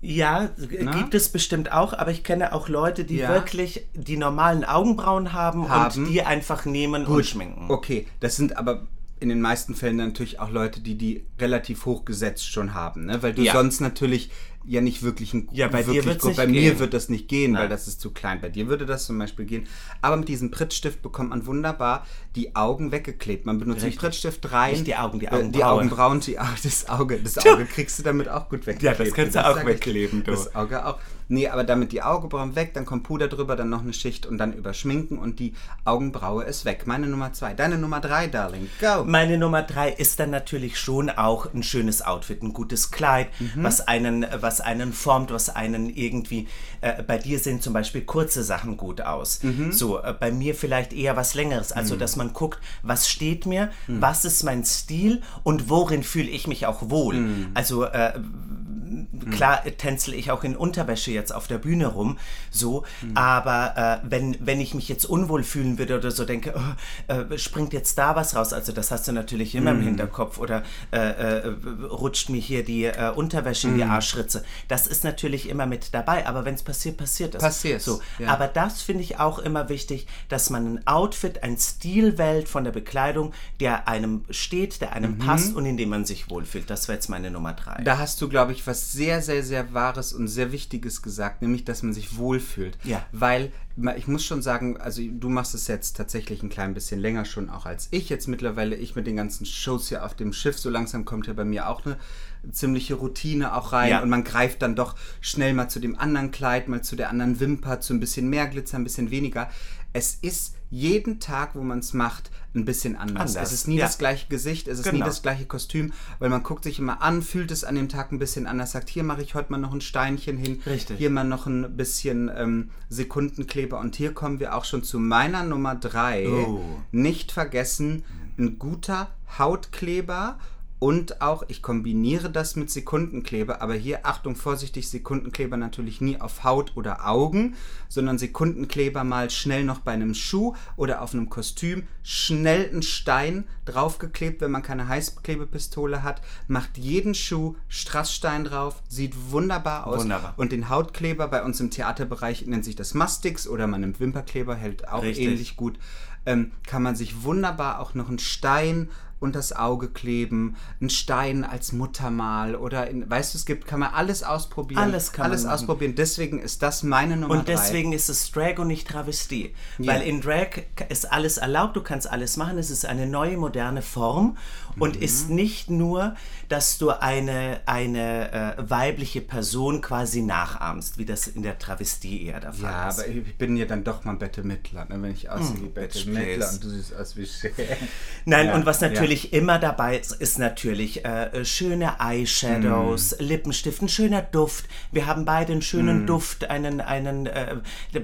B: Ja, g- gibt es bestimmt auch, aber ich kenne auch Leute, die
A: Ja.
B: wirklich die normalen Augenbrauen haben,
A: Haben.
B: und die einfach nehmen und schminken.
A: Okay, das sind aber in den meisten Fällen natürlich auch Leute, die die relativ hochgesetzt schon haben, ne? weil du
B: Ja.
A: sonst natürlich ja nicht wirklich ein
B: Ja, bei dir
A: wirklich
B: wird's
A: gut-
B: nicht
A: bei
B: gehen.
A: mir wird das nicht gehen, weil
B: Nein.
A: das ist zu klein. Bei dir würde das zum Beispiel gehen. Aber mit diesem Prittstift bekommt man wunderbar die Augen weggeklebt. Man benutzt
B: Richtig.
A: den Prittstift rein.
B: Nicht die Augen, die
A: äh, Die
B: Augenbrauen.
A: Augenbrauen, die, Au- das Auge. Das Auge kriegst du damit auch gut weggeklebt.
B: kannst du auch
A: sag ich.
B: wegkleben, du.
A: Das Auge auch. Nee, aber damit die Augenbrauen weg, dann kommt Puder drüber, dann noch eine Schicht und dann überschminken und die Augenbraue ist weg. Meine Nummer zwei. Deine Nummer drei, Darling. Go.
B: Meine Nummer drei ist dann natürlich schon auch ein schönes Outfit, ein gutes Kleid, was, einen, was einen formt, was einen irgendwie. Äh, bei dir sehen zum Beispiel kurze Sachen gut aus. So, äh, bei mir vielleicht eher was Längeres. Also, dass man guckt, was steht mir, was ist mein Stil und worin fühle ich mich auch wohl. Also, äh, Klar äh, tänzle ich auch in Unterwäsche jetzt auf der Bühne rum, so, aber äh, wenn, wenn ich mich jetzt unwohl fühlen würde oder so denke, oh, äh, springt jetzt da was raus, also das hast du natürlich immer im Hinterkopf oder äh, äh, rutscht mir hier die äh, Unterwäsche in die Arschritze. Das ist natürlich immer mit dabei, aber wenn es passiert, passiert es.
A: Passiert,
B: So,
A: ja.
B: aber das finde ich auch immer wichtig, dass man ein Outfit, ein Stil wählt von der Bekleidung, der einem steht, der einem passt und in dem man sich wohlfühlt. Das wäre jetzt meine Nummer drei.
A: Da hast du, glaube ich, was sehr, sehr, sehr Wahres und sehr Wichtiges gesagt, nämlich, dass man sich wohlfühlt.
B: Ja.
A: Weil, ma- ich muss schon sagen, also du machst es jetzt tatsächlich ein klein bisschen länger schon auch als ich. Jetzt mittlerweile, ich mit den ganzen Shows hier auf dem Schiff, so langsam kommt ja bei mir auch eine ziemliche Routine auch rein
B: Ja.
A: und man greift dann doch schnell mal zu dem anderen Kleid, mal zu der anderen Wimper, zu ein bisschen mehr Glitzer, ein bisschen weniger. Es ist jeden Tag, wo man es macht, ein bisschen anders. Es
B: Anders,
A: ist nie
B: ja.
A: das gleiche Gesicht, es ist nie
B: Genau.
A: das gleiche Kostüm, weil man guckt sich immer an, fühlt es an dem Tag ein bisschen anders, sagt, hier mache ich heute mal noch ein Steinchen hin,
B: Richtig.
A: hier mal noch ein bisschen ähm, Sekundenkleber und hier kommen wir auch schon zu meiner Nummer drei.
B: Oh.
A: Nicht vergessen, ein guter Hautkleber und auch, ich kombiniere das mit Sekundenkleber, aber hier Achtung, vorsichtig, Sekundenkleber natürlich nie auf Haut oder Augen, sondern Sekundenkleber mal schnell noch bei einem Schuh oder auf einem Kostüm, schnell einen Stein draufgeklebt, wenn man keine Heißklebepistole hat, macht jeden Schuh Strassstein drauf, sieht wunderbar aus.
B: Wunderbar.
A: Und den Hautkleber bei uns im Theaterbereich nennt sich das Mastix oder man nimmt Wimperkleber, hält auch
B: Richtig.
A: ähnlich gut. Ähm, kann man sich wunderbar auch noch einen Stein und das Auge kleben, einen Stein als Muttermal oder in, weißt du, es gibt, kann man alles ausprobieren.
B: Alles kann man
A: alles
B: machen.
A: ausprobieren. Deswegen ist das meine Nummer
B: Und
A: drei.
B: deswegen ist es Drag und nicht Travestie. Weil in Drag ist alles erlaubt, du kannst alles machen. Es ist eine neue, moderne Form
A: Mhm.
B: und ist nicht nur, dass du eine, eine äh, weibliche Person quasi nachahmst, wie das in der Travestie eher der Fall
A: Ja,
B: ist.
A: aber ich bin ja dann doch mal Bette Mittler, ne? wenn ich aussehe wie Bette
B: Hm, bitch,
A: Mittler
B: please.
A: und du siehst aus wie Cher.
B: Nein,
A: Ja,
B: und was
A: ja.
B: natürlich immer dabei ist, ist natürlich äh, schöne Eyeshadows,
A: Mhm.
B: Lippenstift, ein schöner Duft. Wir haben beide einen schönen Duft, einen, einen, äh,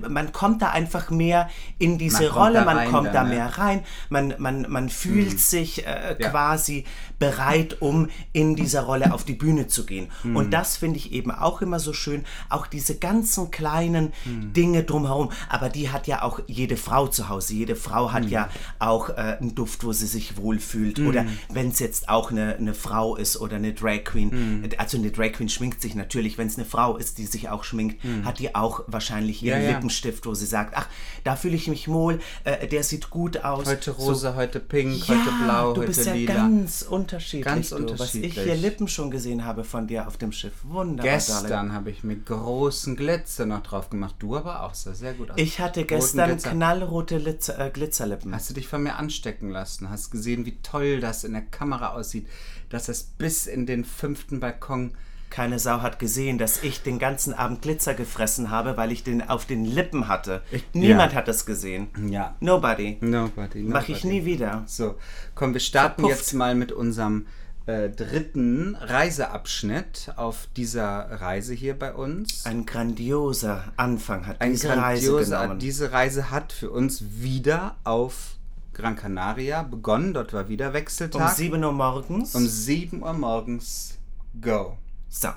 B: man kommt da einfach mehr in diese
A: kommt
B: Rolle,
A: da
B: man
A: rein
B: kommt
A: dann,
B: da
A: ne?
B: mehr rein, man, man, man fühlt sich äh,
A: Ja.
B: quasi bereit, um in dieser Rolle auf die Bühne zu gehen. Und das finde ich eben auch immer so schön, auch diese ganzen kleinen Dinge drumherum. Aber die hat ja auch jede Frau zu Hause. Jede Frau hat ja auch äh, einen Duft, wo sie sich wohlfühlt. Oder wenn es jetzt auch eine, eine Frau ist oder eine Drag Queen, also eine Drag Queen schminkt sich natürlich, wenn es eine Frau ist, die sich auch schminkt, hat die auch wahrscheinlich ihren
A: Ja, ja.
B: Lippenstift, wo sie sagt, ach, da fühle ich mich wohl, äh, der sieht gut aus.
A: Heute
B: So
A: rosa, heute pink, heute blau,
B: du
A: heute
B: bist ja
A: lila.
B: ganz unterschiedlich.
A: Ganz
B: du,
A: unterschiedlich.
B: Was ich hier Lippen schon gesehen habe von dir auf dem Schiff. Wunderbar, Darling.
A: Gestern habe ich mir großen Glitzer noch drauf gemacht. Du aber auch, sah sehr gut aus.
B: Ich hatte
A: Roten
B: gestern
A: Glitzer.
B: knallrote Litz äh, Glitzerlippen.
A: Hast du dich von mir anstecken lassen? Hast gesehen, wie toll das in der Kamera aussieht, dass es bis in den fünften Balkon.
B: Keine Sau hat gesehen, dass ich den ganzen Abend Glitzer gefressen habe, weil ich den auf den Lippen hatte. Niemand hat das gesehen.
A: Ja.
B: Nobody.
A: Nobody, nobody.
B: Mach ich nie wieder.
A: So, komm, wir starten
B: Verpufft.
A: jetzt mal mit unserem äh, dritten Reiseabschnitt auf dieser Reise hier bei uns.
B: Ein grandioser Anfang hat
A: Ein
B: diese Reise
A: grandioser-
B: genommen.
A: Diese Reise hat für uns wieder auf Gran Canaria begonnen. Dort war wieder
B: um
A: Wechseltag.
B: 7 Uhr morgens.
A: Um 7 Uhr morgens. Go.
B: So.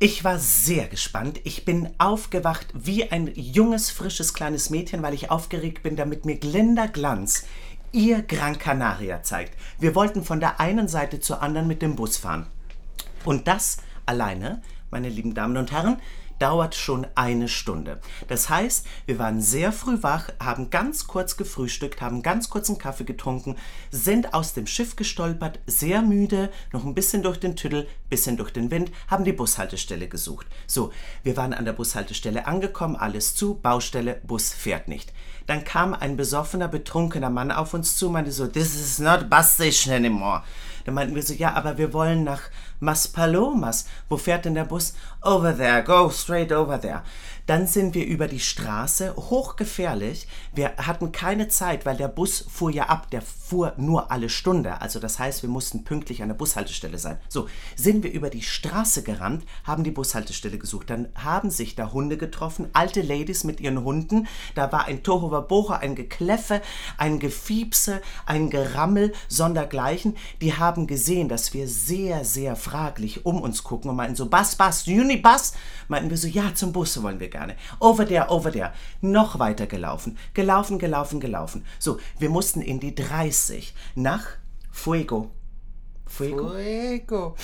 B: Ich war sehr gespannt. Ich bin aufgewacht wie ein junges, frisches, kleines Mädchen, weil ich aufgeregt bin, damit mir Glinda Glanz ihr Gran Canaria zeigt. Wir wollten von der einen Seite zur anderen mit dem Bus fahren. Und das alleine, meine lieben Damen und Herren, dauert schon eine Stunde. Das heißt, wir waren sehr früh wach, haben ganz kurz gefrühstückt, haben ganz kurz einen Kaffee getrunken, sind aus dem Schiff gestolpert, sehr müde, noch ein bisschen durch den Tüdel, bisschen durch den Wind, haben die Bushaltestelle gesucht. So, wir waren an der Bushaltestelle angekommen, alles zu, Baustelle, Bus fährt nicht. Dann kam ein besoffener, betrunkener Mann auf uns zu, meinte so, this is not bus station anymore. Dann meinten wir so, ja, aber wir wollen nach Maspalomas. Wo fährt denn der Bus? Over there, go straight over there. Dann sind wir über die Straße, hochgefährlich. Wir hatten keine Zeit, weil der Bus fuhr ja ab, der fuhr nur alle Stunde. Also das heißt, wir mussten pünktlich an der Bushaltestelle sein. So, sind wir über die Straße gerannt, haben die Bushaltestelle gesucht. Dann haben sich da Hunde getroffen, alte Ladies mit ihren Hunden. Da war ein Tohuwabohu, ein Gekläffe, ein Gefiepse, ein Gerammel, sondergleichen. Die haben gesehen, dass wir sehr, sehr fraglich um uns gucken und meinten so, Bass, Bass, Unibus. Meinten wir so, ja, zum Bus wollen wir gerne. Over there, over there. Noch weiter gelaufen, gelaufen, gelaufen, gelaufen. So, wir mussten in die 30 nach Fuego. Fuego?
A: Fuego.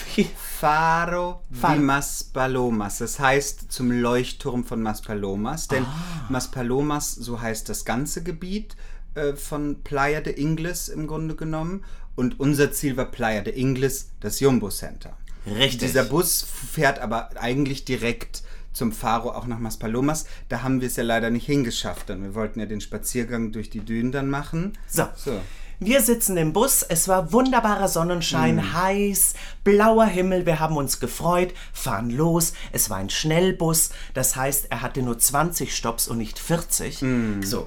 A: Faro
B: Faro.
A: de Maspalomas. Das heißt zum Leuchtturm von Maspalomas. Denn
B: Ah.
A: Maspalomas, so heißt das ganze Gebiet äh, von Playa de Ingles im Grunde genommen. Und unser Ziel war Playa de Ingles, das Jumbo Center.
B: Richtig.
A: Dieser Bus fährt aber eigentlich direkt zum Faro auch nach Maspalomas. Da haben wir es ja leider nicht hingeschafft, denn wir wollten ja den Spaziergang durch die Dünen dann machen.
B: So.
A: So.
B: Wir sitzen im Bus, es war wunderbarer Sonnenschein, heiß, blauer Himmel, wir haben uns gefreut, fahren los, es war ein Schnellbus, das heißt, er hatte nur 20 Stops und nicht 40. So,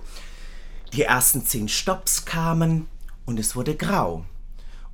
B: die ersten 10 Stops kamen und es wurde grau.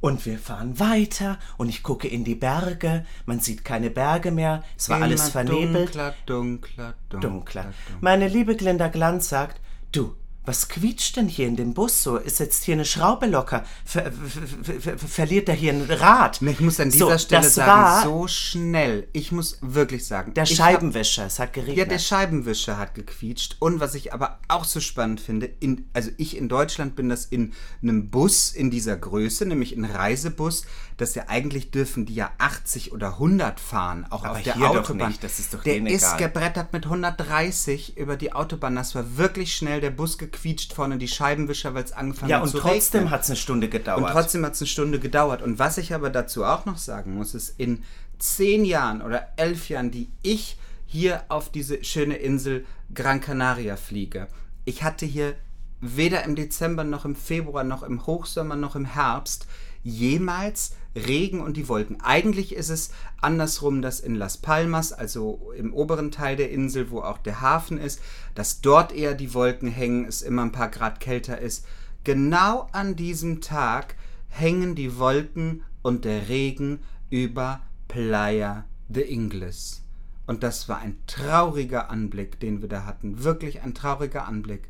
B: Und wir fahren weiter und ich gucke in die Berge, man sieht keine Berge mehr, es war alles
A: Immer
B: vernebelt
A: Dunkler, dunkler, dunkler.
B: dunkler. Meine liebe Glinda Glanz sagt, du, was quietscht denn hier in dem Bus so? Ist jetzt hier eine Schraube locker? Ver ver ver ver verliert er hier ein Rad?
A: Ich muss an
B: So,
A: dieser Stelle
B: das
A: sagen,
B: war
A: so schnell. Ich muss wirklich sagen.
B: der
A: ich
B: Scheibenwischer, es hat
A: Hab, ja,
B: geregnet.
A: der Scheibenwischer hat gequietscht. Und was ich aber auch so spannend finde, in, also ich in Deutschland bin das in einem Bus in dieser Größe, nämlich in Reisebus, dass ja eigentlich dürfen die ja 80 oder 100 fahren, auch auf der
B: hier doch
A: Autobahn.
B: nicht, das ist doch
A: der
B: denen
A: ist
B: egal.
A: gebrettert mit 130 über die Autobahn. Das war wirklich schnell. Der Bus gequietscht vorne die Scheibenwischer, weil es angefangen
B: ja,
A: hat
B: und
A: zu
B: trotzdem
A: regnen.
B: hat es eine Stunde gedauert.
A: Und trotzdem hat es eine Stunde gedauert. Und was ich aber dazu auch noch sagen muss, ist, in zehn Jahren oder elf Jahren, die ich hier auf diese schöne Insel Gran Canaria fliege, ich hatte hier weder im Dezember noch im Februar noch im Hochsommer noch im Herbst jemals Regen und die Wolken. Eigentlich ist es andersrum, dass in Las Palmas, also im oberen Teil der Insel, wo auch der Hafen ist, dass dort eher die Wolken hängen, es immer ein paar Grad kälter ist. Genau an diesem Tag hängen die Wolken und der Regen über Playa de Ingles. Und das war ein trauriger Anblick, den wir da hatten. Wirklich ein trauriger Anblick.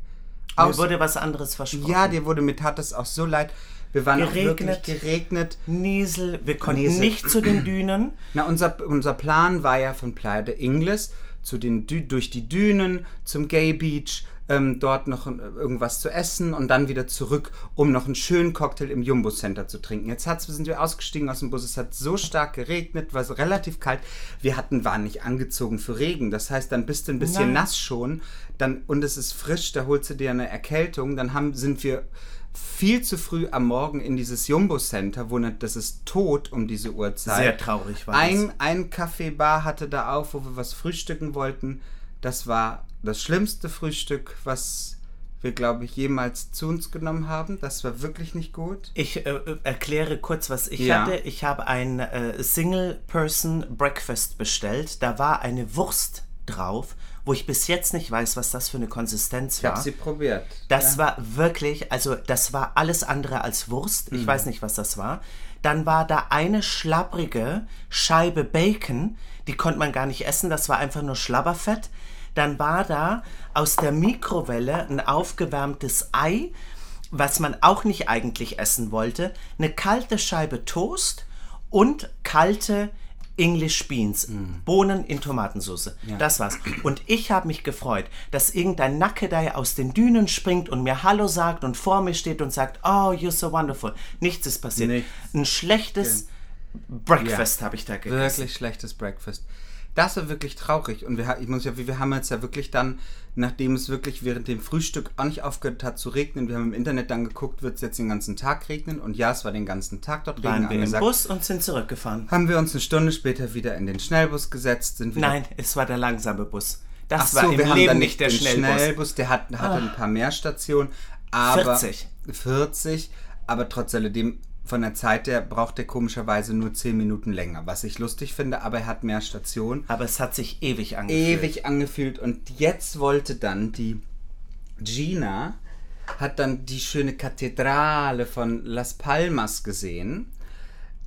B: Mir
A: Aus,
B: wurde was anderes versprochen.
A: ja, dir wurde mir tat das auch so leid. Wir waren
B: Geregnet.
A: auch wirklich geregnet.
B: Niesel, wir konnten
A: Niesel.
B: nicht zu den Dünen.
A: Na, unser, unser Plan war ja von Playa de Ingles zu den Dü durch die Dünen zum Gay Beach, ähm, dort noch äh, irgendwas zu essen und dann wieder zurück, um noch einen schönen Cocktail im Jumbo Center zu trinken. Jetzt hat's, sind wir ausgestiegen aus dem Bus, es hat so stark geregnet, war so relativ kalt. Wir hatten, waren nicht angezogen für Regen. Das heißt, dann bist du ein bisschen
B: Nein.
A: nass schon dann, und es ist frisch, da holst du dir eine Erkältung. Dann haben, sind wir viel zu früh am Morgen in dieses Jumbo Center, wo nicht, das ist tot um diese Uhrzeit.
B: Sehr traurig war
A: Ein, ein Kaffeebar hatte da auf, wo wir was frühstücken wollten. Das war das schlimmste Frühstück, was wir, glaube ich, jemals zu uns genommen haben. Das war wirklich nicht gut.
B: Ich äh, erkläre kurz, was ich
A: Ja.
B: hatte. Ich habe ein äh, Single-Person-Breakfast bestellt. Da war eine Wurst drauf, wo ich bis jetzt nicht weiß, was das für eine Konsistenz
A: Ich habe
B: war.
A: sie probiert.
B: Das war wirklich, also das war alles andere als Wurst. Ich weiß nicht, was das war. Dann war da eine schlabbrige Scheibe Bacon, die konnte man gar nicht essen, das war einfach nur Schlabberfett. Dann war da aus der Mikrowelle ein aufgewärmtes Ei, was man auch nicht eigentlich essen wollte, eine kalte Scheibe Toast und kalte English Beans,
A: Mhm.
B: Bohnen in Tomatensauce. Das war's. Und ich habe mich gefreut, dass irgendein Nackedei aus den Dünen springt und mir Hallo sagt und vor mir steht und sagt, oh, you're so wonderful. Nichts ist passiert.
A: Nichts.
B: Ein schlechtes Breakfast habe ich da gegessen.
A: Wirklich schlechtes Breakfast. Das war wirklich traurig. Und wir, ha- ich muss ja, wir haben jetzt ja wirklich dann, nachdem es wirklich während dem Frühstück auch nicht aufgehört hat zu regnen, wir haben im Internet dann geguckt, wird es jetzt den ganzen Tag regnen? Und ja, es war den ganzen Tag dort Regen
B: Waren wir im
A: angesagt.
B: Bus und sind zurückgefahren.
A: Haben wir uns eine Stunde später wieder in den Schnellbus gesetzt, sind wieder
B: Nein, es war der langsame Bus.
A: Ach
B: Das
A: so,
B: war
A: wir
B: im
A: haben dann
B: Leben
A: nicht
B: nicht der
A: den
B: Schnellbus. Ah.
A: Der hat, hatte ein paar mehr Stationen. Aber
B: 40.
A: 40. Aber trotz alledem, von der Zeit her braucht er komischerweise nur 10 Minuten länger. Was ich lustig finde, aber er hat mehr Stationen.
B: Aber es hat sich ewig angefühlt.
A: Ewig angefühlt. Und jetzt wollte dann die Gina, hat dann die schöne Kathedrale von Las Palmas gesehen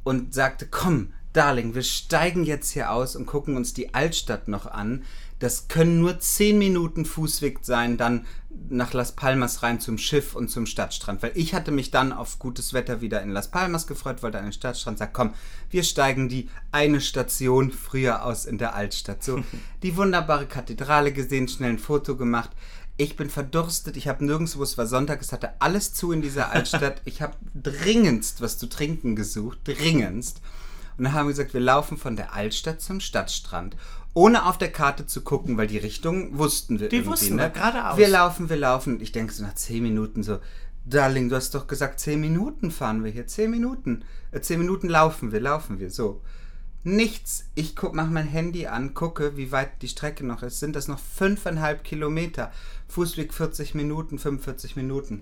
A: und sagte, komm, Darling, wir steigen jetzt hier aus und gucken uns die Altstadt noch an. Das können nur zehn Minuten Fußweg sein, dann nach Las Palmas rein zum Schiff und zum Stadtstrand. Weil ich hatte mich dann auf gutes Wetter wieder in Las Palmas gefreut, wollte an den Stadtstrand, sag komm, wir steigen die eine Station früher aus in der Altstadt. So, die wunderbare Kathedrale gesehen, schnell ein Foto gemacht. Ich bin verdurstet, ich habe nirgendwo, es war Sonntag, es hatte alles zu in dieser Altstadt. Ich habe dringendst was zu trinken gesucht, dringendst. Und dann haben wir gesagt, wir laufen von der Altstadt zum Stadtstrand. Ohne auf der Karte zu gucken, weil die Richtung wussten wir
B: Die
A: irgendwie.
B: wussten
A: ne?
B: wir, geradeaus.
A: Wir laufen, wir laufen. Und ich denke so nach zehn Minuten so, Darling, du hast doch gesagt, zehn Minuten fahren wir hier. Zehn Minuten. Äh, zehn Minuten laufen wir, laufen wir. So. Nichts. Ich guck, mach mein Handy an, gucke, wie weit die Strecke noch ist. Sind das noch fünfeinhalb Kilometer? Fußweg 40 Minuten, 45 Minuten.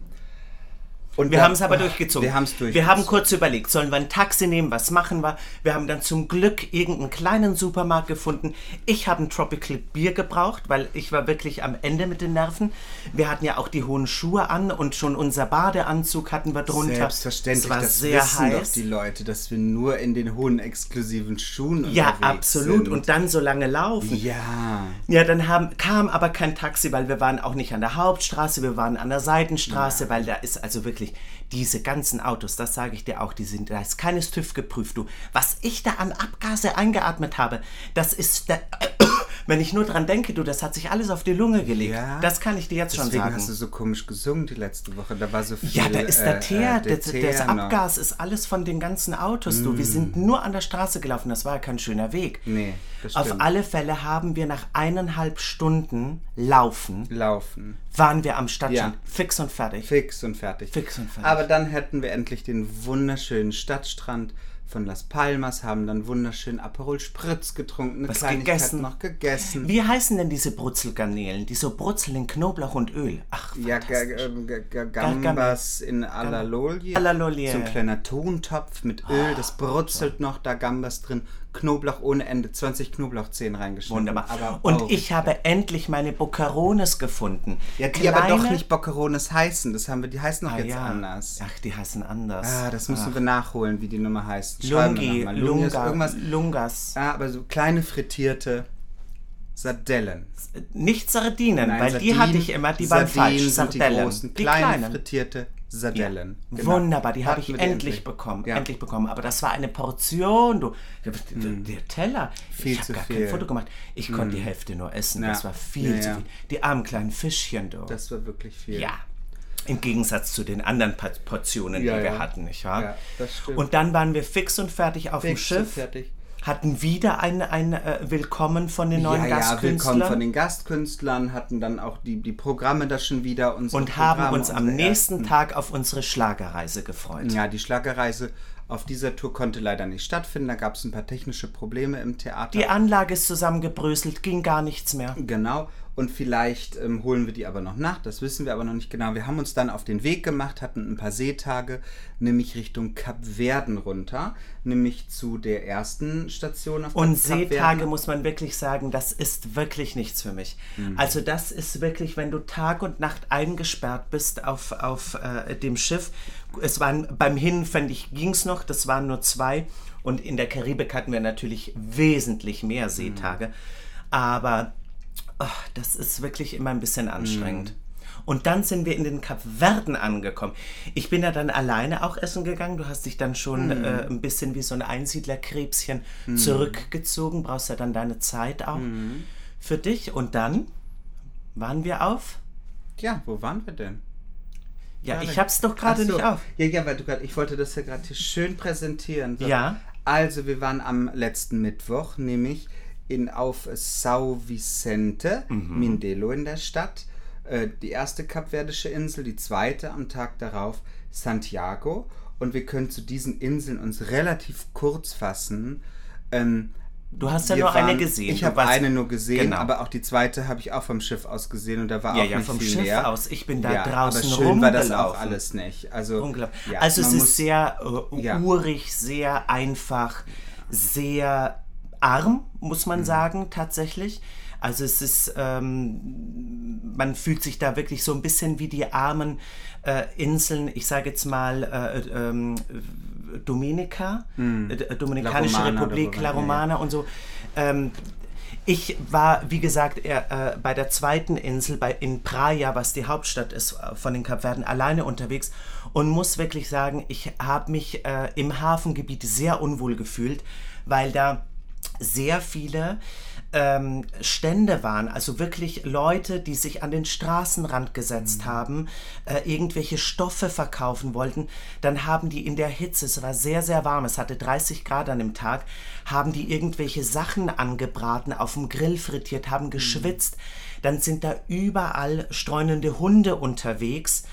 A: Und
B: Wir
A: dann-
B: haben es aber
A: oh,
B: durchgezogen.
A: Wir haben es durch.
B: Wir haben kurz überlegt, sollen wir ein Taxi nehmen, was machen wir? Wir haben dann zum Glück irgendeinen kleinen Supermarkt gefunden. Ich habe ein Tropical Bier gebraucht, weil ich war wirklich am Ende mit den Nerven. Wir hatten ja auch die hohen Schuhe an und schon unser Badeanzug hatten wir drunter.
A: Selbstverständlich,
B: es war
A: das
B: sehr
A: wissen
B: heiß.
A: doch die Leute, dass wir nur in den hohen exklusiven Schuhen
B: ja,
A: unterwegs
B: absolut.
A: sind.
B: Und dann so lange laufen.
A: ja,
B: Ja, dann haben, kam aber kein Taxi, weil wir waren auch nicht an der Hauptstraße, wir waren an der Seitenstraße, weil da ist also wirklich diese ganzen Autos, das sage ich dir auch, die sind, da ist keines TÜV geprüft, du. Was ich da an Abgase eingeatmet habe, das ist, da, wenn ich nur dran denke, du, das hat sich alles auf die Lunge gelegt.
A: Ja.
B: Das kann ich dir jetzt schon
A: deswegen
B: sagen.
A: hast du so komisch gesungen die letzte Woche. Da war so viel.
B: Ja, da ist der
A: äh,
B: Teer,
A: äh,
B: der, das
A: Teer noch. Mm.
B: Abgas ist alles von den ganzen Autos. Du, wir sind nur an der Straße gelaufen, das war ja kein schöner Weg.
A: Nee, das
B: Auf
A: stimmt.
B: alle Fälle haben wir nach eineinhalb Stunden Laufen,
A: Laufen.
B: waren wir am Stadtstrand,
A: Ja.
B: fix und fertig.
A: Fix und fertig.
B: Fix und fertig.
A: Aber dann hätten wir endlich den wunderschönen Stadtstrand von Las Palmas, haben dann wunderschön Aperol Spritz getrunken, eine
B: Was
A: Kleinigkeit
B: gegessen.
A: noch gegessen.
B: Wie heißen denn diese Brutzelgarnelen, die so brutzeln in Knoblauch und Öl? Ach,
A: Ja, äh, Ga- Ga- Ga- Ga- Gambas in alla Lolie.
B: Alla Lolie.
A: So ein kleiner Tontopf
B: Ah,
A: mit Öl, das brutzelt noch, da Gambas drin. Knoblauch ohne Ende, 20 Knoblauchzehen reingeschnitten.
B: wunderbar.
A: Aber
B: und
A: auch-
B: ich habe endlich meine Boccarones gefunden.
A: Ja, die aber doch
B: Kleine-
A: nicht Boccherones heißen, das haben wir, die heißen doch
B: Ah,
A: jetzt
B: ja.
A: anders.
B: Ach, die heißen anders.
A: Ah, das müssen wir nachholen, wie die Nummer heißt. Schreiben wir
B: Lungi,
A: noch mal. Lungi ist
B: Lunga,
A: irgendwas.
B: Lungas.
A: Ah, aber so kleine frittierte Sardellen.
B: Nicht Sardinen,
A: Nein,
B: weil die
A: Sardinen-
B: hatte ich immer, die waren
A: Sardinen
B: falsch.
A: Sind die
B: Sardellen.
A: großen,
B: die
A: kleine
B: kleinen.
A: frittierte Sardellen. Genau.
B: Wunderbar, die habe
A: Hatten
B: ich
A: wir
B: endlich,
A: die
B: bekommen.
A: Ja.
B: Endlich bekommen. Aber das war eine Portion, du. Der Teller.
A: Hm. Viel
B: ich habe
A: zu
B: gar
A: viel. Hm.
B: kein Foto gemacht. Ich konnte die Hälfte nur essen.
A: Ja.
B: Das war viel
A: Ja,
B: zu
A: ja.
B: viel. Die armen kleinen Fischchen, du.
A: Das war wirklich viel.
B: Ja. Im Gegensatz zu den anderen Pa- Portionen,
A: Ja,
B: die wir
A: ja.
B: hatten, nicht wahr?
A: Ja, das stimmt.
B: Und dann waren wir fix und fertig auf
A: Fix
B: dem
A: und
B: Schiff.
A: fertig.
B: Hatten wieder ein, ein äh, Willkommen von den neuen
A: Ja, ja,
B: Gastkünstlern.
A: willkommen von den Gastkünstlern, hatten dann auch die, die Programme da schon wieder. Unsere
B: und haben
A: Programme,
B: uns am
A: unsere
B: nächsten Tag auf unsere Schlagerreise gefreut.
A: Hm. Ja, die Schlagerreise auf dieser Tour konnte leider nicht stattfinden. Da gab es ein paar technische Probleme im Theater.
B: Die Anlage ist zusammengebröselt, ging gar nichts mehr.
A: Genau. Und vielleicht ähm, holen wir die aber noch nach. Das wissen wir aber noch nicht genau. Wir haben uns dann auf den Weg gemacht, hatten ein paar Seetage, nämlich Richtung Kap Verden runter, nämlich zu der ersten Station auf
B: Und
A: Kap Verden.
B: Seetage muss man wirklich sagen, das ist wirklich nichts für mich. Also das ist wirklich, wenn du Tag und Nacht eingesperrt bist auf, auf äh, dem Schiff. Es waren beim Hin, fand ich, ging es noch, das waren nur zwei. Und in der Karibik hatten wir natürlich wesentlich mehr Seetage. Aber oh, das ist wirklich immer ein bisschen anstrengend.
A: Mhm.
B: Und dann sind wir in den Kapverden angekommen. Ich bin ja dann alleine auch essen gegangen. Du hast dich dann schon
A: Mhm.
B: äh, ein bisschen wie so ein Einsiedlerkrebschen zurückgezogen. Brauchst ja dann deine Zeit auch
A: Mhm.
B: für dich. Und dann waren wir auf.
A: Ja, wo waren wir denn?
B: Ja,
A: Darling.
B: ich hab's doch gerade
A: Ach so.
B: nicht auf.
A: Ja, ja, weil du gerade, ich wollte das ja gerade hier schön präsentieren. So.
B: Ja.
A: Also, wir waren am letzten Mittwoch, nämlich in, auf São Vicente,
B: Mhm.
A: Mindelo in der Stadt. Äh, die erste kapverdische Insel, die zweite am Tag darauf Santiago. Und wir können zu diesen Inseln uns relativ kurz fassen. Ähm,
B: Du hast ja
A: wir
B: nur eine
A: waren-
B: gesehen.
A: Ich
B: Du
A: habe
B: warst-
A: eine nur gesehen,
B: Genau.
A: aber auch die zweite habe ich auch vom Schiff aus gesehen und da war
B: Ja,
A: auch
B: ja,
A: nicht
B: vom
A: viel
B: Schiff
A: mehr.
B: aus. Ich bin da
A: ja,
B: draußen
A: aber schön war das auch
B: rumgelaufen.
A: alles nicht. Also,
B: Unglaublich.
A: ja,
B: also es
A: man muss-
B: ist sehr äh,
A: Ja.
B: urig, sehr einfach, sehr arm, muss
A: Mhm.
B: man sagen, tatsächlich. Also es ist, ähm, man fühlt sich da wirklich so ein bisschen wie die armen äh, Inseln, ich sage jetzt mal äh, ähm, Dominika,
A: Mhm.
B: äh, Dominikanische
A: La Romana,
B: Republik,
A: La
B: La Romana und so. Ähm, ich war, wie gesagt, eher, äh, bei der zweiten Insel, bei, in Praia, was die Hauptstadt ist äh, von den Kapverden, alleine unterwegs und muss wirklich sagen, ich habe mich äh, im Hafengebiet sehr unwohl gefühlt, weil da sehr viele ähm, Stände waren, also wirklich Leute, die sich an den Straßenrand gesetzt haben, äh, irgendwelche Stoffe verkaufen wollten, dann haben die in der Hitze, es war sehr, sehr warm, es hatte 30 Grad an dem Tag, haben die irgendwelche Sachen angebraten, auf dem Grill frittiert, haben geschwitzt, dann sind da überall streunende Hunde unterwegs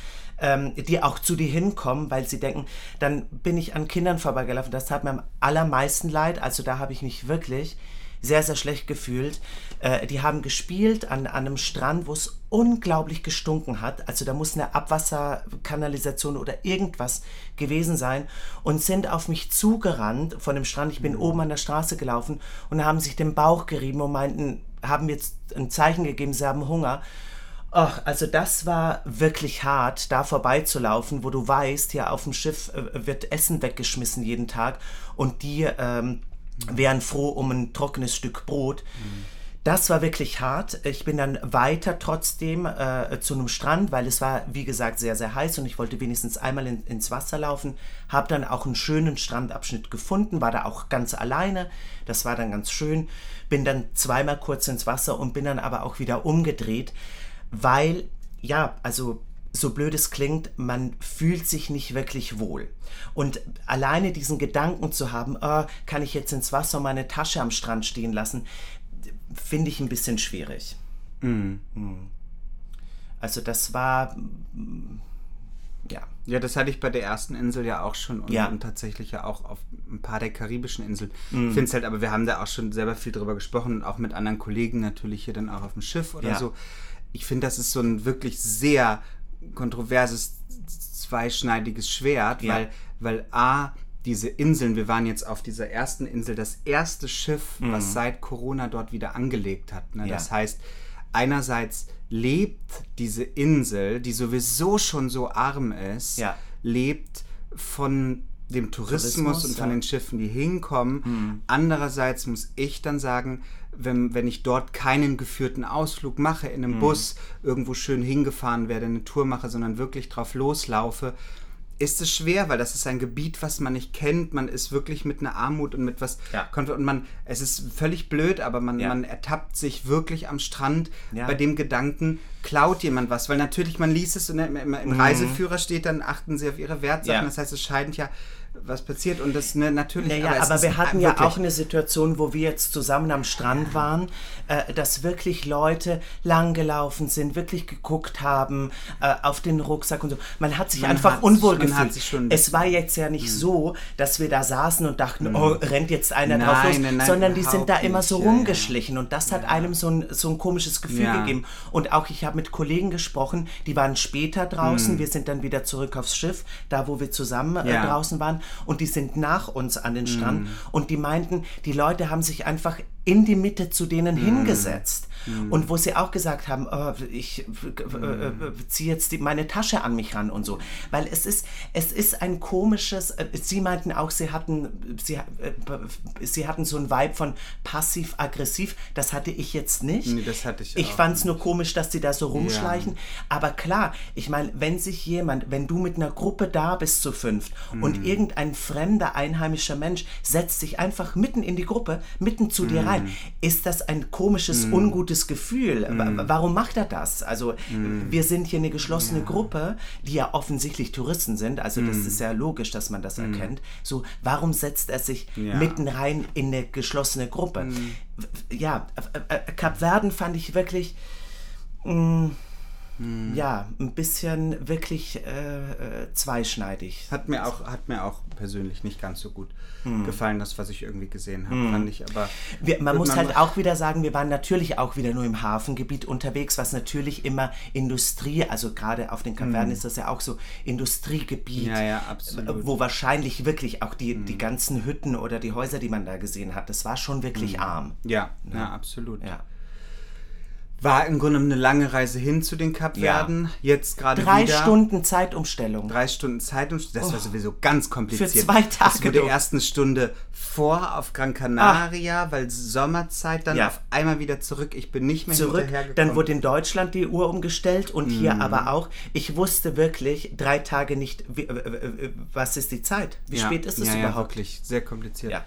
B: ähm, die auch zu dir hinkommen, weil sie denken, dann bin ich an Kindern vorbeigelaufen. Das tat mir am allermeisten leid. Also da habe ich mich wirklich sehr, sehr schlecht gefühlt. Äh, die haben gespielt an, an einem Strand, wo es unglaublich gestunken hat. Also da muss eine Abwasserkanalisation oder irgendwas gewesen sein und sind auf mich zugerannt von dem Strand. Ich bin oben an der Straße gelaufen und haben sich den Bauch gerieben und meinten, haben mir jetzt ein Zeichen gegeben, sie haben Hunger. Ach, also das war wirklich hart, da vorbeizulaufen, wo du weißt, hier auf dem Schiff äh, wird Essen weggeschmissen jeden Tag und die ähm, wären froh um ein trockenes Stück Brot. Das war wirklich hart. Ich bin dann weiter trotzdem äh, zu einem Strand, weil es war, wie gesagt, sehr, sehr heiß und ich wollte wenigstens einmal in, ins Wasser laufen. Hab dann auch einen schönen Strandabschnitt gefunden, war da auch ganz alleine. Das war dann ganz schön. Bin dann zweimal kurz ins Wasser und bin dann aber auch wieder umgedreht weil, ja, also so blöd es klingt, man fühlt sich nicht wirklich wohl. Und alleine diesen Gedanken zu haben, äh, kann ich jetzt ins Wasser und meine Tasche am Strand stehen lassen, finde ich ein bisschen schwierig. Mhm. Also das war, mm, ja.
A: Ja, das hatte ich bei der ersten Insel ja auch schon und,
B: Ja.
A: und tatsächlich ja auch auf ein paar der karibischen Inseln.
B: Mhm.
A: Ich finde es halt, aber wir haben da auch schon selber viel drüber gesprochen und auch mit anderen Kollegen natürlich hier dann auch auf dem Schiff oder
B: Ja.
A: so. Also, Ich finde, das ist so ein wirklich sehr kontroverses, zweischneidiges Schwert,
B: Ja.
A: weil, weil A, diese Inseln, wir waren jetzt auf dieser ersten Insel, das erste Schiff, was seit Corona dort wieder angelegt hat. Ne?
B: Mhm. Ja.
A: Das heißt, einerseits lebt diese Insel, die sowieso schon so arm ist,
B: Ja.
A: lebt von dem Tourismus,
B: Tourismus,
A: und von
B: ja.
A: den Schiffen, die hinkommen.
B: Hm.
A: Andererseits muss ich dann sagen, wenn, wenn ich dort keinen geführten Ausflug mache, in
B: Hm.
A: einem Bus irgendwo schön hingefahren werde, eine Tour mache, sondern wirklich drauf loslaufe, ist es schwer, weil das ist ein Gebiet, was man nicht kennt. Man ist wirklich mit einer Armut und mit was
B: Ja.
A: konf- und man, es ist völlig blöd, aber man,
B: Ja.
A: man ertappt sich wirklich am Strand
B: Ja.
A: bei dem Gedanken, klaut jemand was, weil natürlich man liest es und im, im,
B: Hm.
A: im Reiseführer steht dann achten Sie auf Ihre Wertsachen.
B: Ja.
A: Das heißt, es scheint ja was passiert und das ne, natürlich.
B: Naja,
A: es
B: aber,
A: ist
B: wir hatten ja
A: wirklich-
B: auch eine Situation, wo wir jetzt zusammen am Strand waren, äh, dass wirklich Leute langgelaufen sind, wirklich geguckt haben äh, auf den Rucksack und so. Man hat sich
A: Man
B: einfach
A: hat-
B: unwohl
A: man
B: gefühlt.
A: hat sich schon ein Mhm.
B: es war jetzt ja nicht so, dass wir da saßen und dachten, oh, rennt jetzt einer
A: Nein,
B: drauf los,
A: nein, nein,
B: sondern die sind da
A: überhaupt
B: immer
A: nicht.
B: so
A: Ja, ja.
B: rumgeschlichen und das hat einem so ein, so ein komisches Gefühl
A: Ja.
B: gegeben. Und auch ich habe mit Kollegen gesprochen, die waren später draußen, wir sind dann wieder zurück aufs Schiff, da wo wir zusammen äh,
A: Hm. Ja. Hm.
B: draußen draußen waren und die sind nach uns an den Strand und die meinten, die Leute haben sich einfach in die Mitte zu denen
A: Hm.
B: hingesetzt. Und wo sie auch gesagt haben, oh, ich äh, äh, ziehe jetzt die, meine Tasche an mich ran und so. Weil es ist, es ist ein komisches, äh, sie meinten auch, sie hatten, sie, äh, sie hatten so ein Vibe von passiv-aggressiv. Das hatte ich jetzt nicht.
A: Nee, das hatte ich
B: Ich
A: auch
B: fand es nur komisch, dass die da so rumschleichen. Aber klar, ich meine, wenn sich jemand, wenn du mit einer Gruppe da bist zu fünft und irgendein fremder, einheimischer Mensch setzt sich einfach mitten in die Gruppe, mitten zu dir rein, ist das ein komisches, ungutes Gefühl. Wa- Warum macht er das? Also, wir sind hier eine geschlossene Gruppe, die ja offensichtlich Touristen sind. Also, das ist ja logisch, dass man das erkennt. So, warum setzt er sich
A: Ja.
B: mitten rein in eine geschlossene Gruppe? Ja, äh, äh, Kapverden fand ich wirklich ja, ein bisschen wirklich äh, äh, zweischneidig.
A: Hat mir auch, hat mir auch persönlich nicht ganz so gut
B: Hm.
A: gefallen, das, was ich irgendwie gesehen habe, fand ich. Aber
B: Wir, man
A: wird
B: muss halt auch wieder sagen, wir waren natürlich auch wieder nur im Hafengebiet unterwegs, was natürlich immer Industrie, also gerade auf den Kavernen ist das ja auch so Industriegebiet,
A: Mhm.
B: äh,
A: Ja, ja, absolut. Mhm.
B: wo wahrscheinlich wirklich auch die, die ganzen Hütten oder die Häuser, die man da gesehen hat, das war schon wirklich
A: Mhm.
B: arm.
A: Ja, ja, absolut.
B: Ja.
A: War im Grunde eine lange Reise hin zu den Kapverden. Jetzt gerade
B: Drei
A: wieder.
B: Stunden Zeitumstellung.
A: Drei Stunden Zeitumstellung. Das war sowieso ganz kompliziert.
B: Für zwei
A: Das
B: Tage,
A: wurde
B: du.
A: erst eine Stunde vor auf Gran Canaria, weil Sommerzeit, dann
B: Ah. Ja.
A: auf einmal wieder zurück. Ich bin nicht mehr
B: zurück.
A: hinterhergekommen.
B: Dann wurde in Deutschland die Uhr umgestellt und
A: Mhm.
B: hier aber auch. Ich wusste wirklich drei Tage nicht, wie, äh, äh, äh, was ist die Zeit? Wie
A: Ja,
B: spät ist es
A: ja, Ja,
B: überhaupt?
A: wirklich sehr kompliziert.
B: Ja.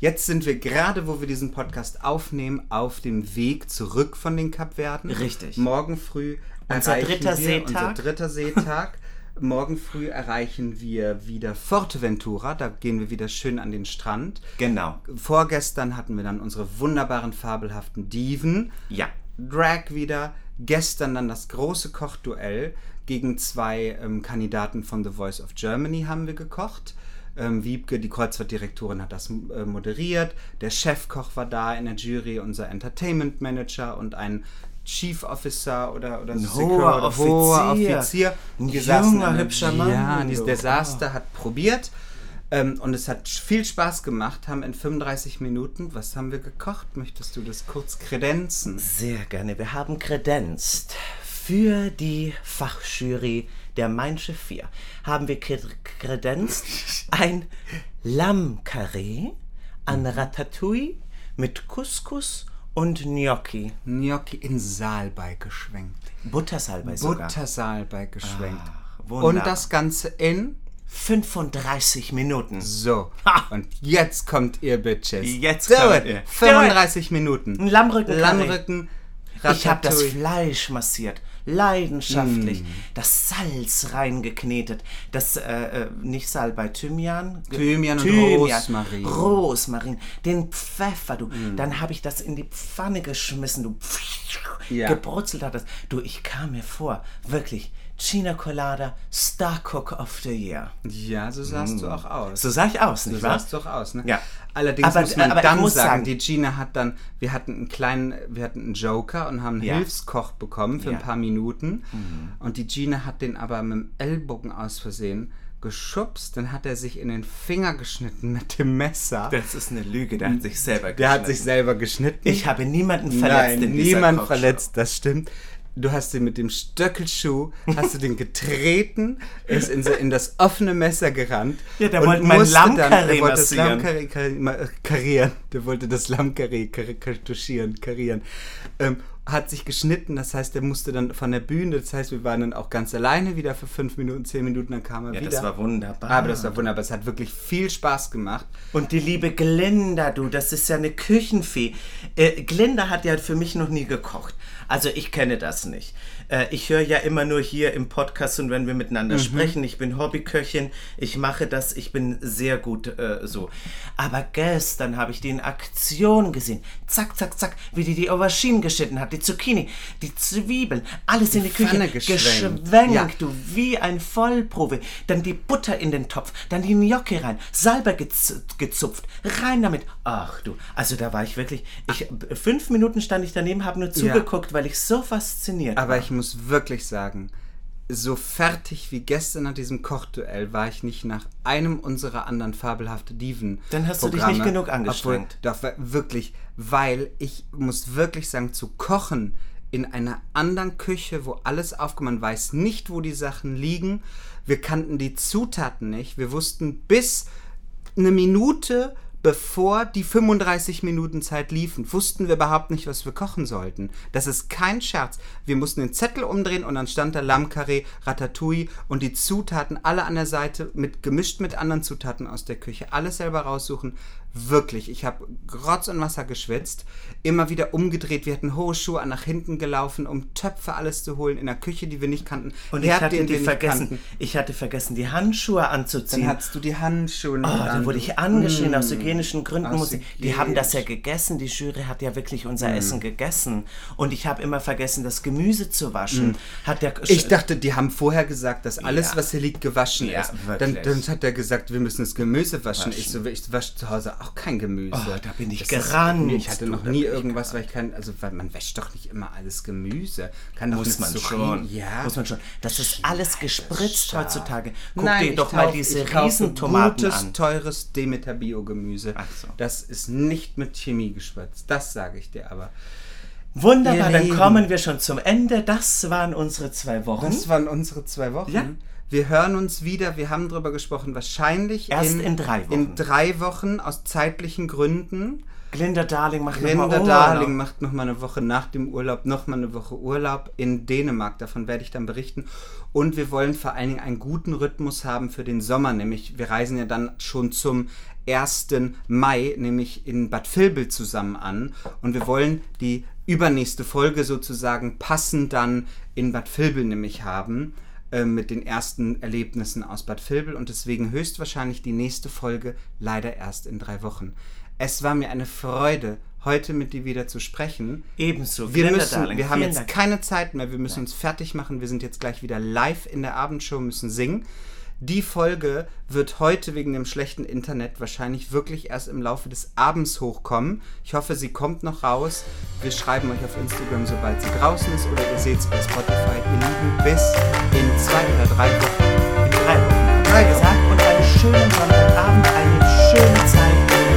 A: Jetzt sind wir gerade, wo wir diesen Podcast aufnehmen, auf dem Weg zurück von den Kapverden.
B: Richtig.
A: Morgen früh
B: Unser
A: erreichen
B: dritter
A: wir
B: Seetag.
A: unser dritter Seetag. Morgen früh erreichen wir wieder Forteventura. Da gehen wir wieder schön an den Strand.
B: Genau.
A: Vorgestern hatten wir dann unsere wunderbaren fabelhaften Diven.
B: Ja.
A: Drag wieder. Gestern dann das große Kochduell gegen zwei ähm, Kandidaten von The Voice of Germany haben wir gekocht. Ähm, Wiebke, die Kreuzfahrtdirektorin, hat das äh, moderiert. Der Chefkoch war da in der Jury, unser Entertainment Manager und ein Chief Officer oder, oder ein
B: hoher
A: hoher
B: Offizier.
A: Offizier.
B: Ein
A: Wir saßen
B: junger,
A: in der-
B: hübscher Mann.
A: Ja, dieses
B: Oh.
A: Desaster hat probiert. Ähm, und es hat viel Spaß gemacht, haben in 35 Minuten, was haben wir gekocht? Möchtest du das kurz kredenzen?
B: Sehr gerne. Wir haben kredenzt für die Fachjury der Mein Schiff 4. Haben wir kre- kredenzt ein Lammkarree an
A: Mhm.
B: Ratatouille mit Couscous und Gnocchi.
A: Gnocchi in Saalbei geschwenkt.
B: Buttersalbei sogar.
A: Buttersaalbei geschwenkt.
B: Ach, wunderbar.
A: und das Ganze in
B: 35 Minuten.
A: so.
B: Ha.
A: Und jetzt kommt ihr Bitches.
B: Jetzt
A: Do it.
B: kommt ihr.
A: 35 Minuten.
B: Ein Lammrücken.
A: Lammrücken.
B: Ich habe das
A: Ratatouille.
B: Fleisch massiert, leidenschaftlich, das Salz reingeknetet, das äh, äh, nicht Salbei, Thymian, Ge-
A: Thymian und Rosmarin.
B: Rosmarin, den Pfeffer, du. Dann habe ich das in die Pfanne geschmissen, du.
A: Ja.
B: Gebrutzelt hat das. Du, ich kam mir vor, wirklich. China Colada, Star Cook of the Year.
A: Ja, so sahst
B: Mm.
A: du auch aus.
B: So sah ich aus, nicht
A: Du
B: wahr?
A: sahst doch aus, ne?
B: Ja.
A: Allerdings
B: Aber-
A: muss man
B: aber ich
A: dann
B: muss
A: sagen,
B: sagen-
A: die Gina hat dann, wir hatten einen kleinen, wir hatten einen Joker und haben einen
B: Ja.
A: Hilfskoch bekommen für ein
B: Ja. Mhm.
A: paar Minuten. Und die Gina hat den aber mit dem Ellbogen aus Versehen geschubst, dann hat er sich in den Finger geschnitten mit dem Messer.
B: Das ist eine Lüge, der hat sich selber
A: Der hat sich selber geschnitten.
B: Mm. Ich habe niemanden verletzt.
A: Nein,
B: in dieser
A: niemand
B: Kochshow.
A: verletzt, das stimmt. Du hast ihn mit dem Stöckelschuh, hast du den getreten, er ist in, so- in das offene Messer gerannt.
B: Ja, der
A: und
B: wollte mein
A: musste
B: Lammkarree
A: der wollte das
B: massieren.
A: Lammkarree karri- ma- karieren. Der wollte das Lammkarree kar- kar- tuschieren, karieren. Ähm, hat sich geschnitten, das heißt, der musste dann von der Bühne, das heißt, wir waren dann auch ganz alleine wieder für fünf Minuten, zehn Minuten, dann kam er
B: Ja,
A: wieder.
B: das war wunderbar.
A: Aber das war wunderbar, es hat wirklich viel Spaß gemacht.
B: und die liebe Glinda, du, das ist ja eine Küchenfee. Äh, Glinda hat ja für mich noch nie gekocht. Also ich kenne das nicht. Äh, ich höre ja immer nur hier im Podcast und wenn wir miteinander sprechen. Ich bin Hobbyköchin, ich mache das, ich bin sehr gut äh, so. Aber gestern habe ich die in Aktion gesehen. Zack, zack, zack, wie die die Auberginen geschnitten hat, die Zucchini, die Zwiebeln, alles in die
A: Pfanne
B: Küche
A: geschwenkt.
B: geschwenkt.
A: Ja.
B: du, wie ein Vollprofi. Dann die Butter in den Topf, dann die Gnocchi rein, Salbei gez gezupft, rein damit. Ach du, also da war ich wirklich, ich, fünf Minuten stand ich daneben, habe nur zugeguckt, weil ich so fasziniert war.
A: Aber ich muss wirklich sagen, so fertig wie gestern an diesem Kochduell war ich nicht nach einem unserer anderen fabelhafte Diven.
B: Dann hast du dich nicht genug angestrengt.
A: Obwohl, doch, wirklich, weil ich muss wirklich sagen, zu kochen in einer anderen Küche, wo alles aufgemacht, man weiß nicht, wo die Sachen liegen. Wir kannten die Zutaten nicht. Wir wussten bis eine Minute bevor die 35 Minuten Zeit liefen, wussten wir überhaupt nicht, was wir kochen sollten. Das ist kein Scherz. Wir mussten den Zettel umdrehen und dann stand da Lammkarree, Ratatouille und die Zutaten alle an der Seite mit gemischt mit anderen Zutaten aus der Küche, alles selber raussuchen. Wirklich, ich habe Rotz und Wasser geschwitzt, immer wieder umgedreht. Wir hatten hohe Schuhe an, nach hinten gelaufen, um Töpfe alles zu holen in der Küche, die wir nicht kannten.
B: Und
A: Herd,
B: ich hatte
A: den
B: die
A: wir nicht
B: vergessen.
A: kannten.
B: Ich hatte vergessen, die Handschuhe anzuziehen.
A: Dann hattest du die Handschuhe.
B: Oh, dann wurde ich angeschrien, aus hygienischen Gründen muss ich. Die haben das ja
A: Mm. Hygienisch. Mm.
B: gegessen, die Jury hat ja wirklich unser Essen gegessen. Und ich habe immer vergessen, das Gemüse zu waschen. Hat der
A: Mm. Ich dachte, die haben vorher gesagt, dass alles,
B: Ja.
A: was hier liegt, gewaschen
B: Ja,
A: ist. Dann,
B: wirklich.
A: dann hat er gesagt, wir müssen das Gemüse waschen. Ich so, ich wasche zu Hause auch kein Gemüse.
B: Oh, da bin ich
A: Das ist-
B: gerannt,
A: Nee, Ich hatte
B: du,
A: noch
B: da
A: nie
B: bin ich
A: irgendwas, weil ich kann, also weil man wäscht doch nicht immer alles Gemüse. Kann doch
B: muss
A: eine
B: man
A: Zucchini-
B: schon.
A: Ja.
B: Muss man schon. Das ist alles gespritzt
A: Schaf.
B: heutzutage. Guck
A: Nein,
B: dir
A: ich
B: doch mal
A: kauf-
B: diese
A: ich kaufe
B: Riesentomaten
A: gutes,
B: an.
A: teures Demeter Bio-Gemüse.
B: Ach so.
A: Das ist nicht mit Chemie geschwitzt. Das sage ich dir aber.
B: Wunderbar,
A: Ihr
B: dann
A: Leben.
B: kommen wir schon zum Ende. Das waren unsere zwei Wochen.
A: Das waren unsere zwei Wochen.
B: Ja.
A: Wir hören uns wieder. Wir haben drüber gesprochen. Wahrscheinlich
B: Erst in drei Wochen.
A: In drei Wochen aus zeitlichen Gründen.
B: Glinda Darling macht nochmal
A: Linda
B: Urlaub.
A: Darling macht noch mal eine Woche nach dem Urlaub noch mal eine Woche Urlaub in Dänemark. Davon werde ich dann berichten. Und wir wollen vor allen Dingen einen guten Rhythmus haben für den Sommer. Nämlich, wir reisen ja dann schon zum 1. Mai, nämlich in Bad Vilbel zusammen an. Und wir wollen die übernächste Folge sozusagen passend dann in Bad Vilbel nämlich haben äh, mit den ersten Erlebnissen aus Bad Vilbel und deswegen höchstwahrscheinlich die nächste Folge leider erst in drei Wochen. Es war mir eine Freude, heute mit dir wieder zu sprechen.
B: Ebenso.
A: Wir,
B: Glinda
A: müssen,
B: Darling.
A: wir haben
B: vielen
A: jetzt
B: Dank.
A: keine Zeit mehr, wir müssen uns fertig machen. Wir sind jetzt gleich wieder live in der Abendshow, müssen singen. Die Folge wird heute wegen dem schlechten Internet wahrscheinlich wirklich erst im Laufe des Abends hochkommen. Ich hoffe, sie kommt noch raus. Wir schreiben euch auf Instagram, sobald sie draußen ist oder ihr seht es bei Spotify. Ihr Lieben, bis in zwei oder drei Wochen.
B: in drei Wochen.
A: Drei
B: Wie gesagt, und einen schönen Sonntagabend, eine schöne Zeit.